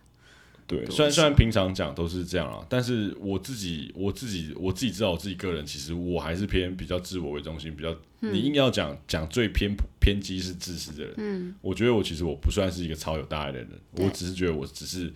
[SPEAKER 2] 对，
[SPEAKER 1] 多
[SPEAKER 2] 虽然虽然
[SPEAKER 1] 少
[SPEAKER 2] 平常讲都是这样啊，但是我自己我自己我自己知道我自己个人，其实我还是偏比较自我为中心，比较、
[SPEAKER 1] 嗯
[SPEAKER 2] 你硬要讲讲最偏偏激是自私的人，嗯，我觉得我其实我不算是一个超有大爱的人，
[SPEAKER 1] 对
[SPEAKER 2] 我只是觉得我只是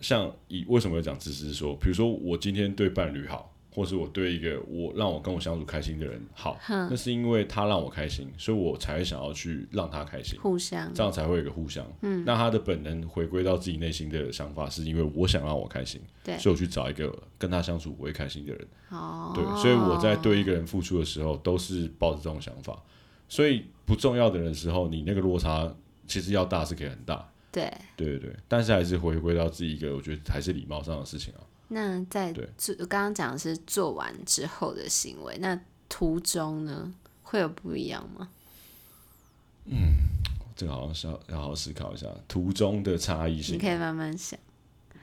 [SPEAKER 2] 像以为什么要讲自私说，比如说我今天对伴侣好。或是我对一个我让我跟我相处开心的人好，那是因为他让我开心，所以我才会想要去让他开心。
[SPEAKER 1] 互相
[SPEAKER 2] 这样才会有一个互相。嗯，那他的本能回归到自己内心的想法，是因为我想让我开心，
[SPEAKER 1] 对
[SPEAKER 2] 所以我去找一个跟他相处我会开心的人。
[SPEAKER 1] 哦，
[SPEAKER 2] 对，所以我在对一个人付出的时候，都是抱着这种想法。所以不重要的人的时候，你那个落差其实要大是可以很大。
[SPEAKER 1] 对。
[SPEAKER 2] 对对对，但是还是回归到自己一个，我觉得还是礼貌上的事情啊。
[SPEAKER 1] 那在
[SPEAKER 2] 对
[SPEAKER 1] 做刚刚讲的是做完之后的行为，那途中呢会有不一样吗？
[SPEAKER 2] 这个好像是要要好好思考一下途中的差异
[SPEAKER 1] 你
[SPEAKER 2] 性，
[SPEAKER 1] 可以慢慢想，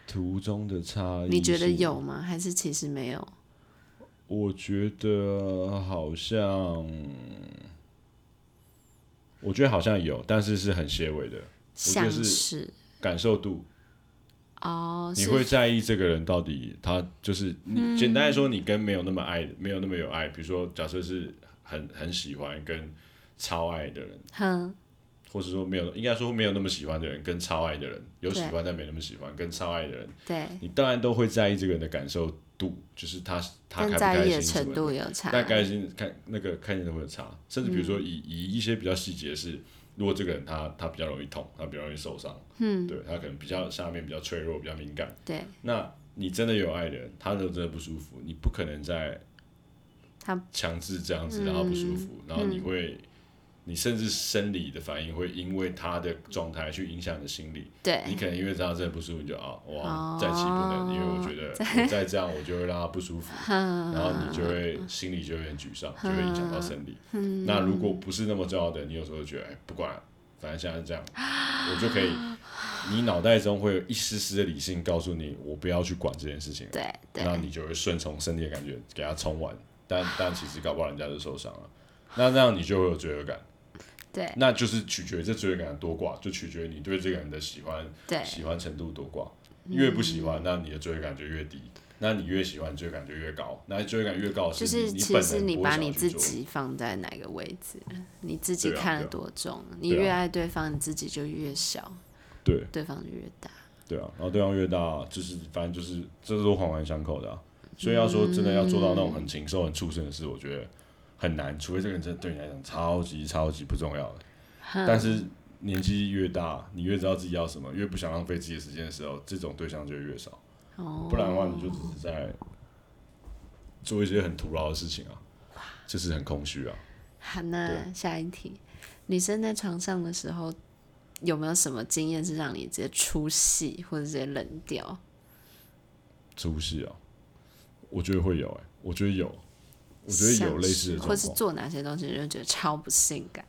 [SPEAKER 2] 途中的差异，
[SPEAKER 1] 你觉得？有吗？还是其实没有？
[SPEAKER 2] 我觉得好像，我觉得好像有，但是是很些微的
[SPEAKER 1] 像
[SPEAKER 2] 是
[SPEAKER 1] 是
[SPEAKER 2] 感受度。
[SPEAKER 1] 哦，
[SPEAKER 2] 你
[SPEAKER 1] 是嗯
[SPEAKER 2] 会在意这个人到底他就是你，简单来说，你跟没有那么爱、没有那么有爱，比如说假设是很很喜欢跟超爱的人，
[SPEAKER 1] 哼
[SPEAKER 2] 或是说没有，应该说没有那么喜欢的人跟超爱的人，有喜欢但没那么喜欢，跟超爱的人，
[SPEAKER 1] 对，
[SPEAKER 2] 你当然都会在意这个人的感受度，就是他他开
[SPEAKER 1] 跟
[SPEAKER 2] 不
[SPEAKER 1] 在
[SPEAKER 2] 开
[SPEAKER 1] 意的
[SPEAKER 2] 心什
[SPEAKER 1] 程
[SPEAKER 2] 么的。
[SPEAKER 1] 度有差。
[SPEAKER 2] 但开心看那个开心的会有差，甚至比如
[SPEAKER 1] 嗯
[SPEAKER 2] 说以、以一些比较细节是，如果这个人他他比较容易痛，他比较容易受伤，
[SPEAKER 1] 嗯，
[SPEAKER 2] 对他可能比较下面比较脆弱，比较敏感，
[SPEAKER 1] 对
[SPEAKER 2] 那你真的有爱的人，他如果真的不舒服，你不可能在
[SPEAKER 1] 他嗯
[SPEAKER 2] 强制这样子让他不舒服，然后你会。你甚至生理的反应会因为他的状态去影响你的心理，你
[SPEAKER 1] 对，
[SPEAKER 2] 可能因为这样真的不舒服，你就啊哇
[SPEAKER 1] 哦
[SPEAKER 2] 再起不能，因为我觉得我再这样我就会让他不舒服，然后你就
[SPEAKER 1] 嗯
[SPEAKER 2] 会心里就会很沮丧，就会影响到生理。那如果不是那么重要的，你有时候就觉得哎不管，反正现在是这样，我就可 以，你脑袋中会有一丝丝的理性告诉你，我不要去管这件事情了，
[SPEAKER 1] 对对
[SPEAKER 2] 那你就会顺从身体的感觉给它冲完，但但其实搞不好人家就受伤了，那那样你就会有罪恶感。
[SPEAKER 1] 对
[SPEAKER 2] 那就是取决于这罪恶感的多寡，就取决于你对这个人的喜欢
[SPEAKER 1] 对
[SPEAKER 2] 喜欢程度多寡。越不喜欢，那你的罪恶感就越低；那你越喜欢，罪恶感就越高。那罪恶感越高的
[SPEAKER 1] 就
[SPEAKER 2] 事
[SPEAKER 1] 是
[SPEAKER 2] 你
[SPEAKER 1] 其
[SPEAKER 2] 本
[SPEAKER 1] 实
[SPEAKER 2] 能
[SPEAKER 1] 你
[SPEAKER 2] 不会
[SPEAKER 1] 把
[SPEAKER 2] 想
[SPEAKER 1] 你
[SPEAKER 2] 去
[SPEAKER 1] 自
[SPEAKER 2] 做
[SPEAKER 1] 己放在哪个位置，你自己
[SPEAKER 2] 对啊
[SPEAKER 1] 看得
[SPEAKER 2] 对啊
[SPEAKER 1] 多重，你
[SPEAKER 2] 对啊
[SPEAKER 1] 越爱对方，你自己就越小，
[SPEAKER 2] 对
[SPEAKER 1] 对方就越大。
[SPEAKER 2] 对啊，然后对方越大，就是反正就是这都环环相扣的、啊。所以要说真的要做到那种很禽兽、很畜生的事，我觉得很难，除非这个人真的对你来讲超级超级不重要的。但是年纪越大，你越知道自己要什么，越不想浪费自己的时间的时候，这种对象就会越少。
[SPEAKER 1] 哦，
[SPEAKER 2] 不然的话，你就只是在做一些很徒劳的事情啊，就是很空虚啊。
[SPEAKER 1] 好，那下一题，女生在床上的时候有没有什么经验是让你直接出戏或者直接冷掉？
[SPEAKER 2] 出戏啊，我觉得会有哎、我觉得有，我觉得有类似
[SPEAKER 1] 像是
[SPEAKER 2] 的状
[SPEAKER 1] 或是
[SPEAKER 2] 况。
[SPEAKER 1] 做哪些东西你就觉得超不性感？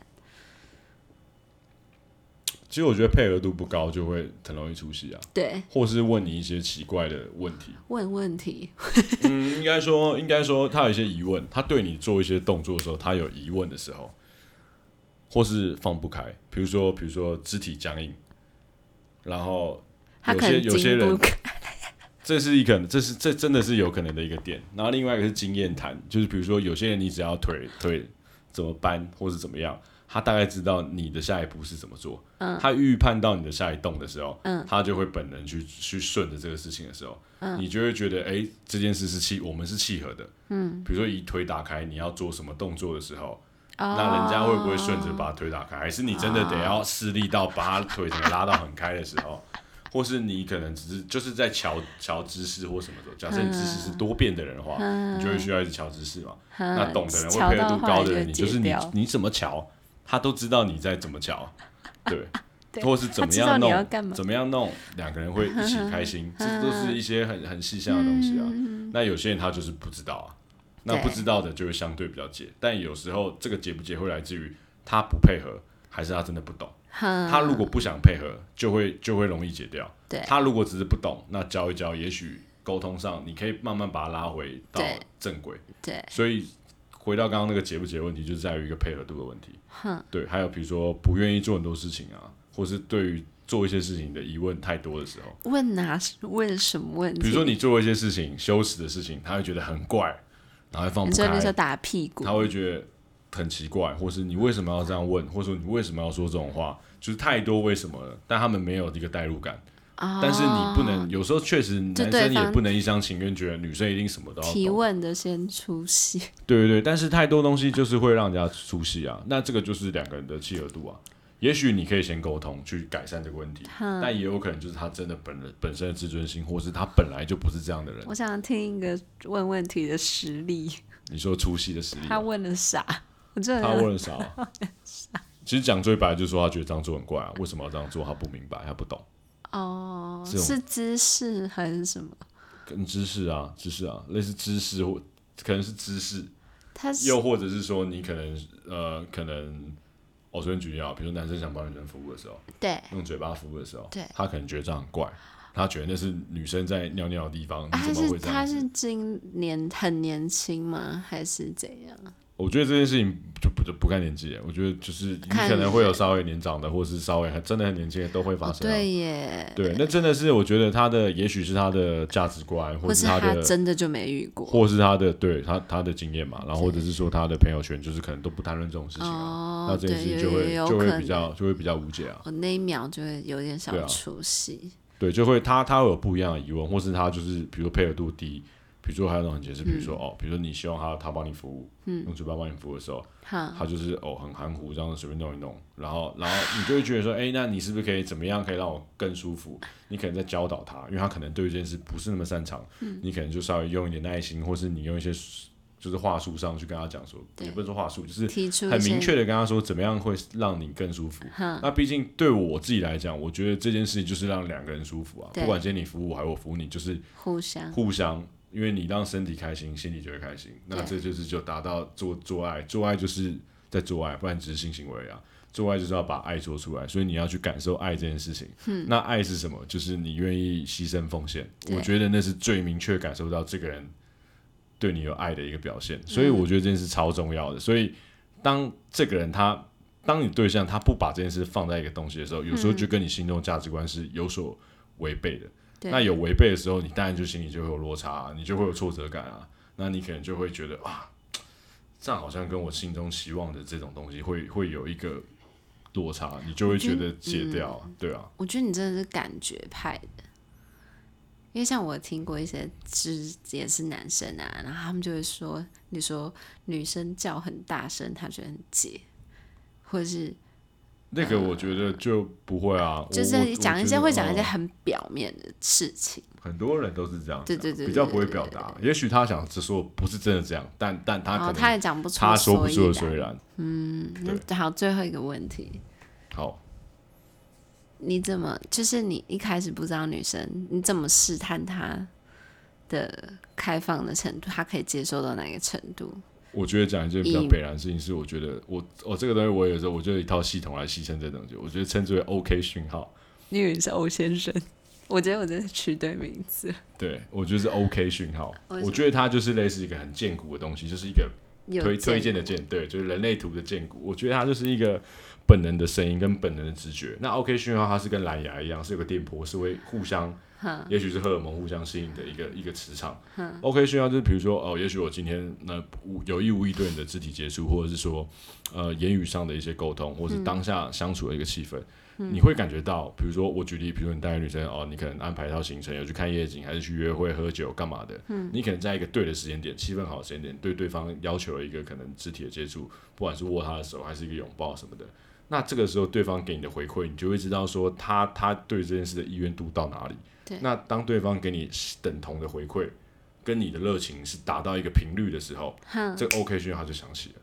[SPEAKER 2] 其实我觉得配合度不高就会很容易出戏啊，
[SPEAKER 1] 对，
[SPEAKER 2] 或是问你一些奇怪的问题。
[SPEAKER 1] 问问题，
[SPEAKER 2] 嗯，应该说，应该说，他有一些疑问，他对你做一些动作的时候，他有疑问的时候，或是放不开，比如说，比如说肢体僵硬，然后
[SPEAKER 1] 他
[SPEAKER 2] 有
[SPEAKER 1] 可
[SPEAKER 2] 些
[SPEAKER 1] 能
[SPEAKER 2] 有些
[SPEAKER 1] 经
[SPEAKER 2] 人
[SPEAKER 1] 不开，
[SPEAKER 2] 这是一可能，这是这真的是有可能的一个点。然后另外一个是经验谈，就是比如说有些人你只要腿腿怎么搬或是怎么样，他大概知道你的下一步是怎么做。嗯，他预判到你的下一动的时候，嗯，他就会本能去去顺着这个事情的时候，嗯，你就会觉得哎、诶这件事是契，我们是契合的。嗯，比如说以腿打开，你要做什么动作的时候，那人家
[SPEAKER 1] 哦
[SPEAKER 2] 会不会顺着把腿打开？还是你真的得要施力到把他腿整个拉到很开的时候，或是你可能只是就是在瞧瞧姿势或什么的时候。假设你姿势是多变的人的话，
[SPEAKER 1] 嗯
[SPEAKER 2] 你就会需要一直瞧姿势嘛。那懂的人
[SPEAKER 1] 瞧
[SPEAKER 2] 会配合
[SPEAKER 1] 到
[SPEAKER 2] 度
[SPEAKER 1] 后来
[SPEAKER 2] 高的人，
[SPEAKER 1] 就
[SPEAKER 2] 你就是
[SPEAKER 1] 解
[SPEAKER 2] 你
[SPEAKER 1] 掉
[SPEAKER 2] 你怎么瞧，他都知道你在怎么 瞧，对。
[SPEAKER 1] 对
[SPEAKER 2] 或是怎么
[SPEAKER 1] 他
[SPEAKER 2] 样
[SPEAKER 1] 知道你要
[SPEAKER 2] 弄
[SPEAKER 1] 干，嘛
[SPEAKER 2] 怎么样弄，两个人会一起 开心，这都是一些很很细项的东西啊。那有些人他就是不知道啊，那
[SPEAKER 1] 嗯对
[SPEAKER 2] 不知道的就会相对比较解，但有时候这个解不解会来自于他不配合，还是他真的不懂。他如果不想配合，就会就会容易解掉。
[SPEAKER 1] 对
[SPEAKER 2] 他如果只是不懂，那教一教，也许沟通上你可以慢慢把他拉回到
[SPEAKER 1] 对
[SPEAKER 2] 正轨。
[SPEAKER 1] 对
[SPEAKER 2] 所以回到刚刚那个解不解的问题，就是在于一个配合度的问题。对，还有比如说不愿意做很多事情啊，或是对于做一些事情的疑问太多的时候，
[SPEAKER 1] 问哪问什么问题？
[SPEAKER 2] 比如说你做一些事情羞耻的事情，他会觉得很怪，然后还放
[SPEAKER 1] 你
[SPEAKER 2] 不
[SPEAKER 1] 说
[SPEAKER 2] 开
[SPEAKER 1] 你，说打屁股
[SPEAKER 2] 他，会觉得很奇怪，或是你为什么要这样问，或者说你为什么要说这种话，就是太多为什么了，但他们没有一个代入感。
[SPEAKER 1] 啊
[SPEAKER 2] 但是你不能，有时候确实
[SPEAKER 1] 就
[SPEAKER 2] 男
[SPEAKER 1] 对
[SPEAKER 2] 生也
[SPEAKER 1] 方
[SPEAKER 2] 不能一厢情愿，觉得女生一定什么都要
[SPEAKER 1] 提
[SPEAKER 2] 懂
[SPEAKER 1] 问的先出戏，
[SPEAKER 2] 对对对，但是太多东西就是会让人家出戏啊。那这个就是两个人的契合度啊。也许你可以先沟通去改善这个问题，但也有可能就是他真的本人本身的自尊心，或是他本来就不是这样的人。
[SPEAKER 1] 我想听一个问问题的实例，
[SPEAKER 2] 你说出戏的实力
[SPEAKER 1] 他
[SPEAKER 2] 啊，
[SPEAKER 1] 问了啥？我真
[SPEAKER 2] 他
[SPEAKER 1] 的
[SPEAKER 2] 问 了啥啊？其实讲最白就是说，他觉得这样做很怪啊，为什么要这样做？他不明白，他不懂。
[SPEAKER 1] 哦，
[SPEAKER 2] 这种
[SPEAKER 1] 是姿势还是什么？
[SPEAKER 2] 跟知识啊，知识啊，类似知识或可能是知识，
[SPEAKER 1] 他是
[SPEAKER 2] 又或者是说你可能呃可能，我随便举例啊，比如说男生想帮女生服务的时候，
[SPEAKER 1] 对
[SPEAKER 2] 用嘴巴服务的时候，
[SPEAKER 1] 对
[SPEAKER 2] 他可能觉得这样很怪，他觉得那是女生在尿尿的地方，
[SPEAKER 1] 啊
[SPEAKER 2] 你
[SPEAKER 1] 他
[SPEAKER 2] 怎么
[SPEAKER 1] 是
[SPEAKER 2] 会这
[SPEAKER 1] 他
[SPEAKER 2] 样子？
[SPEAKER 1] 是今年很年轻吗？还是怎样？
[SPEAKER 2] 我觉得这件事情就不就不看年纪，我觉得就是你
[SPEAKER 1] 看
[SPEAKER 2] 可能会有稍微年长的，或是稍微还真的很年轻的都会发
[SPEAKER 1] 哦，
[SPEAKER 2] 生啊、
[SPEAKER 1] 对耶，
[SPEAKER 2] 对，那真的是我觉得他的，也许是他的价值观，
[SPEAKER 1] 或
[SPEAKER 2] 或
[SPEAKER 1] 是
[SPEAKER 2] 他
[SPEAKER 1] 他
[SPEAKER 2] 的，
[SPEAKER 1] 真的就没遇过
[SPEAKER 2] 或是他的对他他的经验嘛，然后或者是说他的朋友圈，就是可能都不谈论这种事情啊。
[SPEAKER 1] 哦，
[SPEAKER 2] 那这件
[SPEAKER 1] 对，
[SPEAKER 2] 事
[SPEAKER 1] 有
[SPEAKER 2] 就
[SPEAKER 1] 有
[SPEAKER 2] 会
[SPEAKER 1] 有可
[SPEAKER 2] 就会
[SPEAKER 1] 能
[SPEAKER 2] 比较就会比较无解啊。
[SPEAKER 1] 我那一秒就会有点
[SPEAKER 2] 对
[SPEAKER 1] 小
[SPEAKER 2] 啊
[SPEAKER 1] 出戏。
[SPEAKER 2] 对，就会他他会有不一样的疑问，或是他就是比如说配合度低，比如说还有那种很解释，比
[SPEAKER 1] 嗯
[SPEAKER 2] 如说、哦，比如说你希望他他帮你服务，用嘴巴帮你服务的时候，
[SPEAKER 1] 哈，
[SPEAKER 2] 他就是哦很含糊，这样随便弄一弄，然后然后你就会觉得说，哎，那你是不是可以怎么样可以让我更舒服？你可能在教导他，因为他可能对于这件事不是那么擅长，
[SPEAKER 1] 嗯
[SPEAKER 2] 你可能就稍微用一点耐心，或是你用一些就是话术上去跟他讲说，
[SPEAKER 1] 对
[SPEAKER 2] 也不是说话术，就是
[SPEAKER 1] 提出
[SPEAKER 2] 很
[SPEAKER 1] 一
[SPEAKER 2] 明
[SPEAKER 1] 些
[SPEAKER 2] 确的跟他说怎么样会让你更舒
[SPEAKER 1] 嗯
[SPEAKER 2] 服。那毕竟对我自己来讲，我觉得这件事情就是让两个人舒服啊，
[SPEAKER 1] 对
[SPEAKER 2] 不管今天你服务我还是我服务你，就是
[SPEAKER 1] 互相
[SPEAKER 2] 互相，因为你让身体开心，心里就会开心。那
[SPEAKER 1] 对
[SPEAKER 2] 这就是就达到做做爱，做爱就是在做爱，不然只是性行为啊。做爱就是要把爱做出来，所以你要去感受爱这件事情。那爱是什么？就是你愿意牺牲奉献。
[SPEAKER 1] 嗯对
[SPEAKER 2] 我觉得那是最明确感受到这个人对你有爱的一个表现。
[SPEAKER 1] 嗯
[SPEAKER 2] 所以我觉得这件事超重要的。所以当这个人他，当你对象他不把这件事放在一个东西的时候，有
[SPEAKER 1] 嗯
[SPEAKER 2] 时候就跟你心中价值观是有所违背的。
[SPEAKER 1] 对
[SPEAKER 2] 那有违背的时候，你当然就心里就会有落差啊、你就会有挫折感啊。那你可能就会觉得啊，这样好像跟我心中期望的这种东西会会有一个落差，你就会觉得戒掉啊，
[SPEAKER 1] 嗯
[SPEAKER 2] 对啊，
[SPEAKER 1] 我觉得你真的是感觉派的，因为像我听过一些知也是男生啊，然后他们就会说，你说女生叫很大声，他觉得很解，或者是
[SPEAKER 2] 那个我觉得就不会啊，
[SPEAKER 1] 就
[SPEAKER 2] 我
[SPEAKER 1] 是讲一些
[SPEAKER 2] 我觉得
[SPEAKER 1] 会讲一些
[SPEAKER 2] 嗯
[SPEAKER 1] 很表面的事情，
[SPEAKER 2] 很多人都是这样讲，
[SPEAKER 1] 对对对对
[SPEAKER 2] 比较不会表达，也许他想是说不是真的这样，但但他
[SPEAKER 1] 然
[SPEAKER 2] 可
[SPEAKER 1] 后
[SPEAKER 2] 能
[SPEAKER 1] 他也讲不出
[SPEAKER 2] 他说不出
[SPEAKER 1] 所
[SPEAKER 2] 的
[SPEAKER 1] 以
[SPEAKER 2] 虽
[SPEAKER 1] 然。
[SPEAKER 2] 然，
[SPEAKER 1] 嗯那好，最后一个问题，
[SPEAKER 2] 好，
[SPEAKER 1] 你怎么就是你一开始不知道女生，你怎么试探她的开放的程度，她可以接受到哪个程度？
[SPEAKER 2] 我觉得讲一件比较
[SPEAKER 1] 以
[SPEAKER 2] 北然的事情是，我觉得我我这个东西我有时候我就有一套系统来牺牲这东西，我觉得称之为 OK 讯号。
[SPEAKER 1] 你以为你是欧先生？我觉得我真的取对名字，
[SPEAKER 2] 对，我觉得是 OK 讯号。
[SPEAKER 1] 为什么
[SPEAKER 2] 我觉得它就是类似一个很见骨的东西，就是一个
[SPEAKER 1] 有
[SPEAKER 2] 推
[SPEAKER 1] 见
[SPEAKER 2] 推荐的见，对，就是人类图的见骨。我觉得它就是一个本能的声音跟本能的直觉。那 OK 讯号它是跟蓝牙一样，是有个电波，是会互相，也许是荷尔蒙互相吸引的一个一个磁场。OK 讯号就是比如说哦，也许我今天那无有意无意对你的肢体接触，或者是说呃言语上的一些沟通，或是当下相处的一个气氛。你会感觉到，比如说我举例，比如说你带个女生哦，你可能安排一套行程，有去看夜景，还是去约会、喝酒干嘛的，你可能在一个对的时间点、气氛好的时间点，对对方要求一个可能肢体的接触，不管是握她的手还是一个拥抱什么的，那这个时候对方给你的回馈，你就会知道说他他对这件事的意愿度到哪里
[SPEAKER 1] 对。
[SPEAKER 2] 那当对方给你等同的回馈，跟你的热情是达到一个频率的时候，这个 OK 讯号就响起了。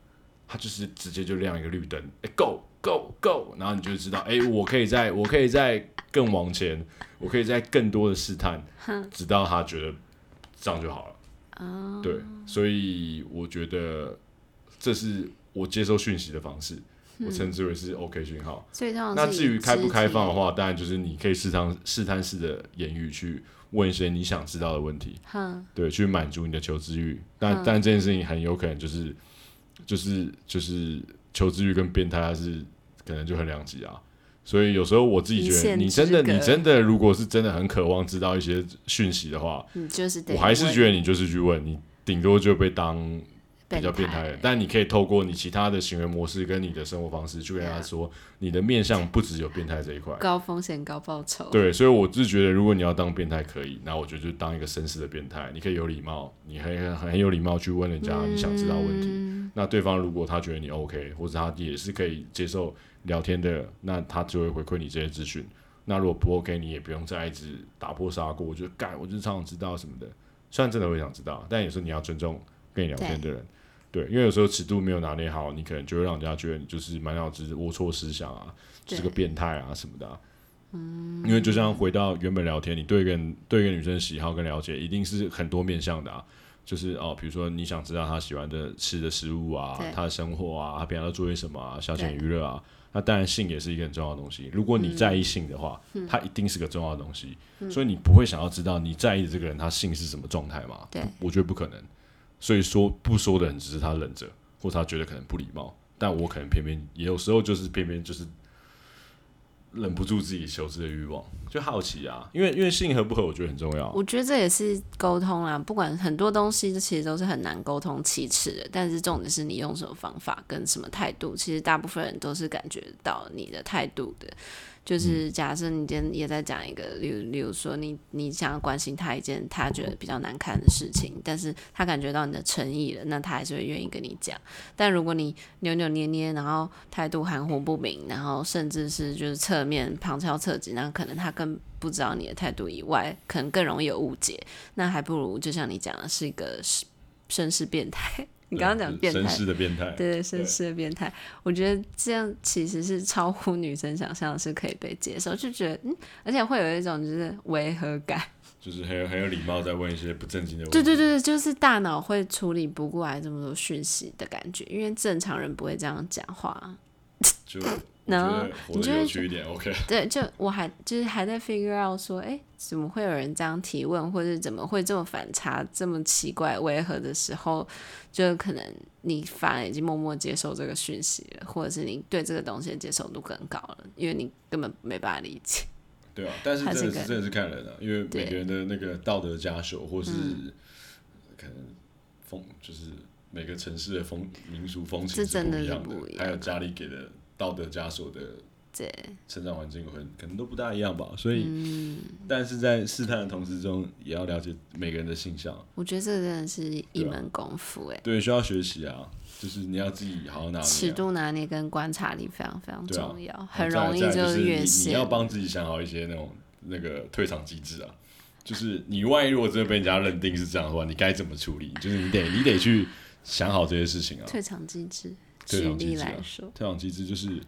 [SPEAKER 2] 他就是直接就亮一个绿灯，哎、g o go go，然后你就知道，哎、我可以在，我可以在更往前，我可以在更多的试探，直到他觉得这样就好了。
[SPEAKER 1] 哦
[SPEAKER 2] 对，所以我觉得这是我接收讯息的方式，我称之为是 OK 讯号。
[SPEAKER 1] 嗯哦所以通常
[SPEAKER 2] 那
[SPEAKER 1] 是
[SPEAKER 2] 至于
[SPEAKER 1] 以
[SPEAKER 2] 开不
[SPEAKER 1] 肢
[SPEAKER 2] 开
[SPEAKER 1] 体
[SPEAKER 2] 放哦的话，当然就是你可以试探试探式的言语去问一些你想知道的问题，
[SPEAKER 1] 哼，
[SPEAKER 2] 对，去满足你的求知欲。但、
[SPEAKER 1] 嗯
[SPEAKER 2] 但这件事情很有可能就是就是就是求知欲跟变态它是可能就很两极啊。所以有时候我自己
[SPEAKER 1] 一
[SPEAKER 2] 觉得，
[SPEAKER 1] 线
[SPEAKER 2] 你真的
[SPEAKER 1] 之隔
[SPEAKER 2] 你真的如果是真的很渴望知道一些讯息的话，
[SPEAKER 1] 你就是得
[SPEAKER 2] 我还是
[SPEAKER 1] 问
[SPEAKER 2] 觉得你就是去问，你顶多就被当比较变态的。但你可以透过你其他的行为模式跟你的生活方式去跟他说，你的面向不只有变态这一块。
[SPEAKER 1] 高风险高报酬，
[SPEAKER 2] 对，啊所以我是觉得，如果你要当变态可以，那我觉得就当一个绅士的变态，你可以有礼貌，你很很很有礼貌去问人家你想知道的问题。那对方如果他觉得你 OK，或者他也是可以接受聊天的，那他就会回馈你这些资讯。那如果不 OK，你也不用再一直打破砂锅，我就干，我就是超想知道什么的。虽然真的会想知道，但有时候你要尊重跟你聊天的人，对，因为有时候尺度没有拿捏好，你可能就会让人家觉得你就是满脑子龌龊思想啊，就是个
[SPEAKER 1] 对
[SPEAKER 2] 变态啊什么的啊、因为就像回到原本聊天，你对一个人对一个女生的喜好跟了解，一定是很多面向的啊。就是哦，比如说你想知道她喜欢的吃的食物啊
[SPEAKER 1] 对，
[SPEAKER 2] 她的生活啊，她平常都做些什么啊，消遣娱乐啊。那当然，性也是一个很重要的东西。如果
[SPEAKER 1] 嗯
[SPEAKER 2] 你在意性的话，它一定是个重要的东西。所以你不会想要知道你在意的这个人他性是什么状态吗？
[SPEAKER 1] 对
[SPEAKER 2] 不我觉得不可能。所以说不说的人只是他忍着，或者他觉得可能不礼貌，但我可能偏偏有时候就是偏偏就是忍不住自己求知的欲望，就好奇啊，因为因为性合不合，我觉得很重要。
[SPEAKER 1] 我觉得这也是沟通啦，不管很多东西，其实都是很难沟通启齿的。但是重点是你用什么方法跟什么态度，其实大部分人都是感觉到你的态度的。
[SPEAKER 2] 嗯
[SPEAKER 1] 就是假设你今天也在讲一个，例如例如说你你想要关心他一件他觉得比较难看的事情，但是他感觉到你的诚意了，那他还是会愿意跟你讲。但如果你扭扭捏捏，然后态度含糊不明，然后甚至是就是侧面旁敲侧击，那可能他更不知道你的态度以外，可能更容易有误解。那还不如就像你讲的，是一个绅士变态。 你刚刚讲变态，
[SPEAKER 2] 绅士的变态，
[SPEAKER 1] 对对，绅士的变态，我觉得这样其实是超乎女生想象，是可以被接受，就觉得嗯，而且会有一种就是违和感，
[SPEAKER 2] 就是很有很有礼貌，在问一些不正经的问题。
[SPEAKER 1] 对对对就是大脑会处理不过来这么多讯息的感觉，因为正常人不会这样讲话。啊
[SPEAKER 2] 就
[SPEAKER 1] 然后
[SPEAKER 2] 你就会有一点 OK。
[SPEAKER 1] 对，就我还就是还在 figure out 说，哎、欸，怎么会有人这样提问，或者怎么会这么反差、这么奇怪、违和的时候，就可能你反而已经默默接受这个讯息了，或者是你对这个东西的接受度更高了，因为你根本没办法理解。
[SPEAKER 2] 对啊，但是真的是真的是看人啊，因为每个人的那个道德枷锁，或是
[SPEAKER 1] 嗯
[SPEAKER 2] 可能风就是。每个城市的风民俗风情
[SPEAKER 1] 是不一
[SPEAKER 2] 样的，还有家里给的道德枷锁的，
[SPEAKER 1] 对，
[SPEAKER 2] 成长环境可能可能都不大一样吧。所以，嗯、但是在试探的同时中，也要了解每个人的性向。
[SPEAKER 1] 我觉得这真的是一门功夫哎、欸啊，
[SPEAKER 2] 对，需要学习啊，就是你要自己好好拿捏、啊，
[SPEAKER 1] 尺度拿捏跟观察力非常非常重要，
[SPEAKER 2] 啊、
[SPEAKER 1] 很容易就越
[SPEAKER 2] 线。你要帮自己想好一些那种那个退场机制啊。就是你万一如果真的被人家认定是这样的话，你该怎么处理？就是你得你得去想好这些事情啊。
[SPEAKER 1] 退场机制，
[SPEAKER 2] 退场机制、
[SPEAKER 1] 啊、
[SPEAKER 2] 来说，退场机制就是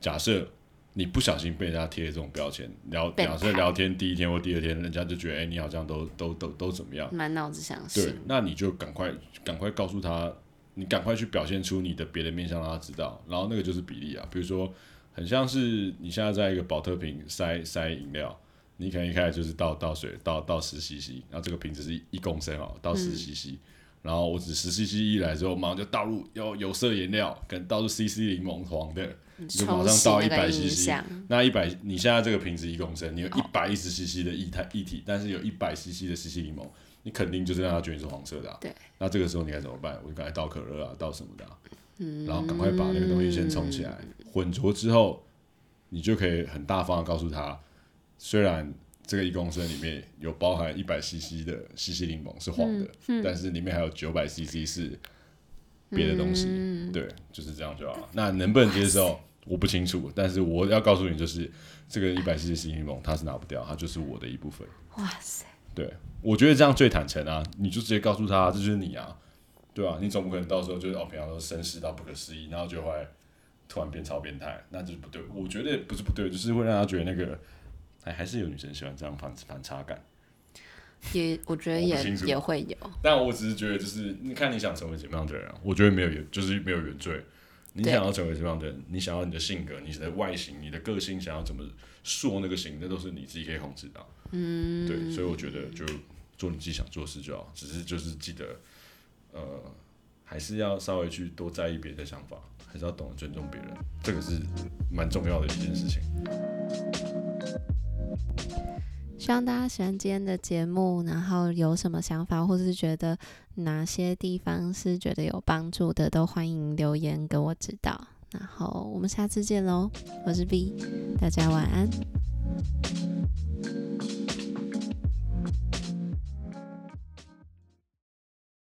[SPEAKER 2] 假设你不小心被人家贴这种标签，聊假设聊天第一天或第二天，人家就觉得哎、欸、你好像都都都都怎么样，
[SPEAKER 1] 满脑子想信。
[SPEAKER 2] 对，那你就赶快赶快告诉他，你赶快去表现出你的别的面向让他知道，然后那个就是比例啊，比如说很像是你现在在一个保特瓶塞塞饮料。你可能一开始就是倒倒水，倒倒十 CC，然后这个瓶子是一公升哦，倒十 CC，、嗯、然后我只十 CC 一来之后，马上就倒入有有色颜料，跟倒入 CC 柠檬黄的，你就马上倒一百 CC。那一百，你现在这个瓶子一公升，你有一百一十 CC 的液态液体，但是有一百 CC 的 CC 柠檬，你肯定就是让它觉得是黄色的、啊。
[SPEAKER 1] 对。
[SPEAKER 2] 那这个时候你该怎么办？我就赶快倒可乐啊，倒什么的、啊，嗯、然后赶快把那个东西先冲起来，混浊之后，你就可以很大方的告诉他。虽然这个一公升里面有包含一百 CC 的 CC 柠檬是黄的，嗯嗯、但是里面还有九百 CC 是别的东西，嗯、对，就是这样就好了。那能不能接受，我不清楚，但是我要告诉你，就是这个一百 CC 柠檬它是拿不掉，它就是我的一部分。
[SPEAKER 1] 哇塞！
[SPEAKER 2] 对，我觉得这样最坦诚啊，你就直接告诉他，这就是你啊，对吧、啊？你总不可能到时候就是哦，平常都绅士到不可思议，然后就会突然变超变态，那就是不对。我觉得不是不对，就是会让他觉得那个。哎，还是有女生喜欢这样反反差感，
[SPEAKER 1] 也我觉得也也会有。
[SPEAKER 2] 但我只是觉得，就是你看你想成为什么样的人、啊，我觉得没有原，就是没有原罪。你想要成为什么样的人，你想要你的性格、你的外形、你的个性，想要怎么塑那个型，那都是你自己可以控制的、啊。嗯，对，所以我觉得就做你自己想做的事就好，只是就是记得，呃，还是要稍微去多在意别人的想法，还是要懂得尊重别人，这个是蛮重要的一件事情。
[SPEAKER 1] 希望大家喜欢今天的节目，然后有什么想法，或是觉得哪些地方是觉得有帮助的，都欢迎留言给我指导。然后我们下次见喽，我是 B，大家晚安。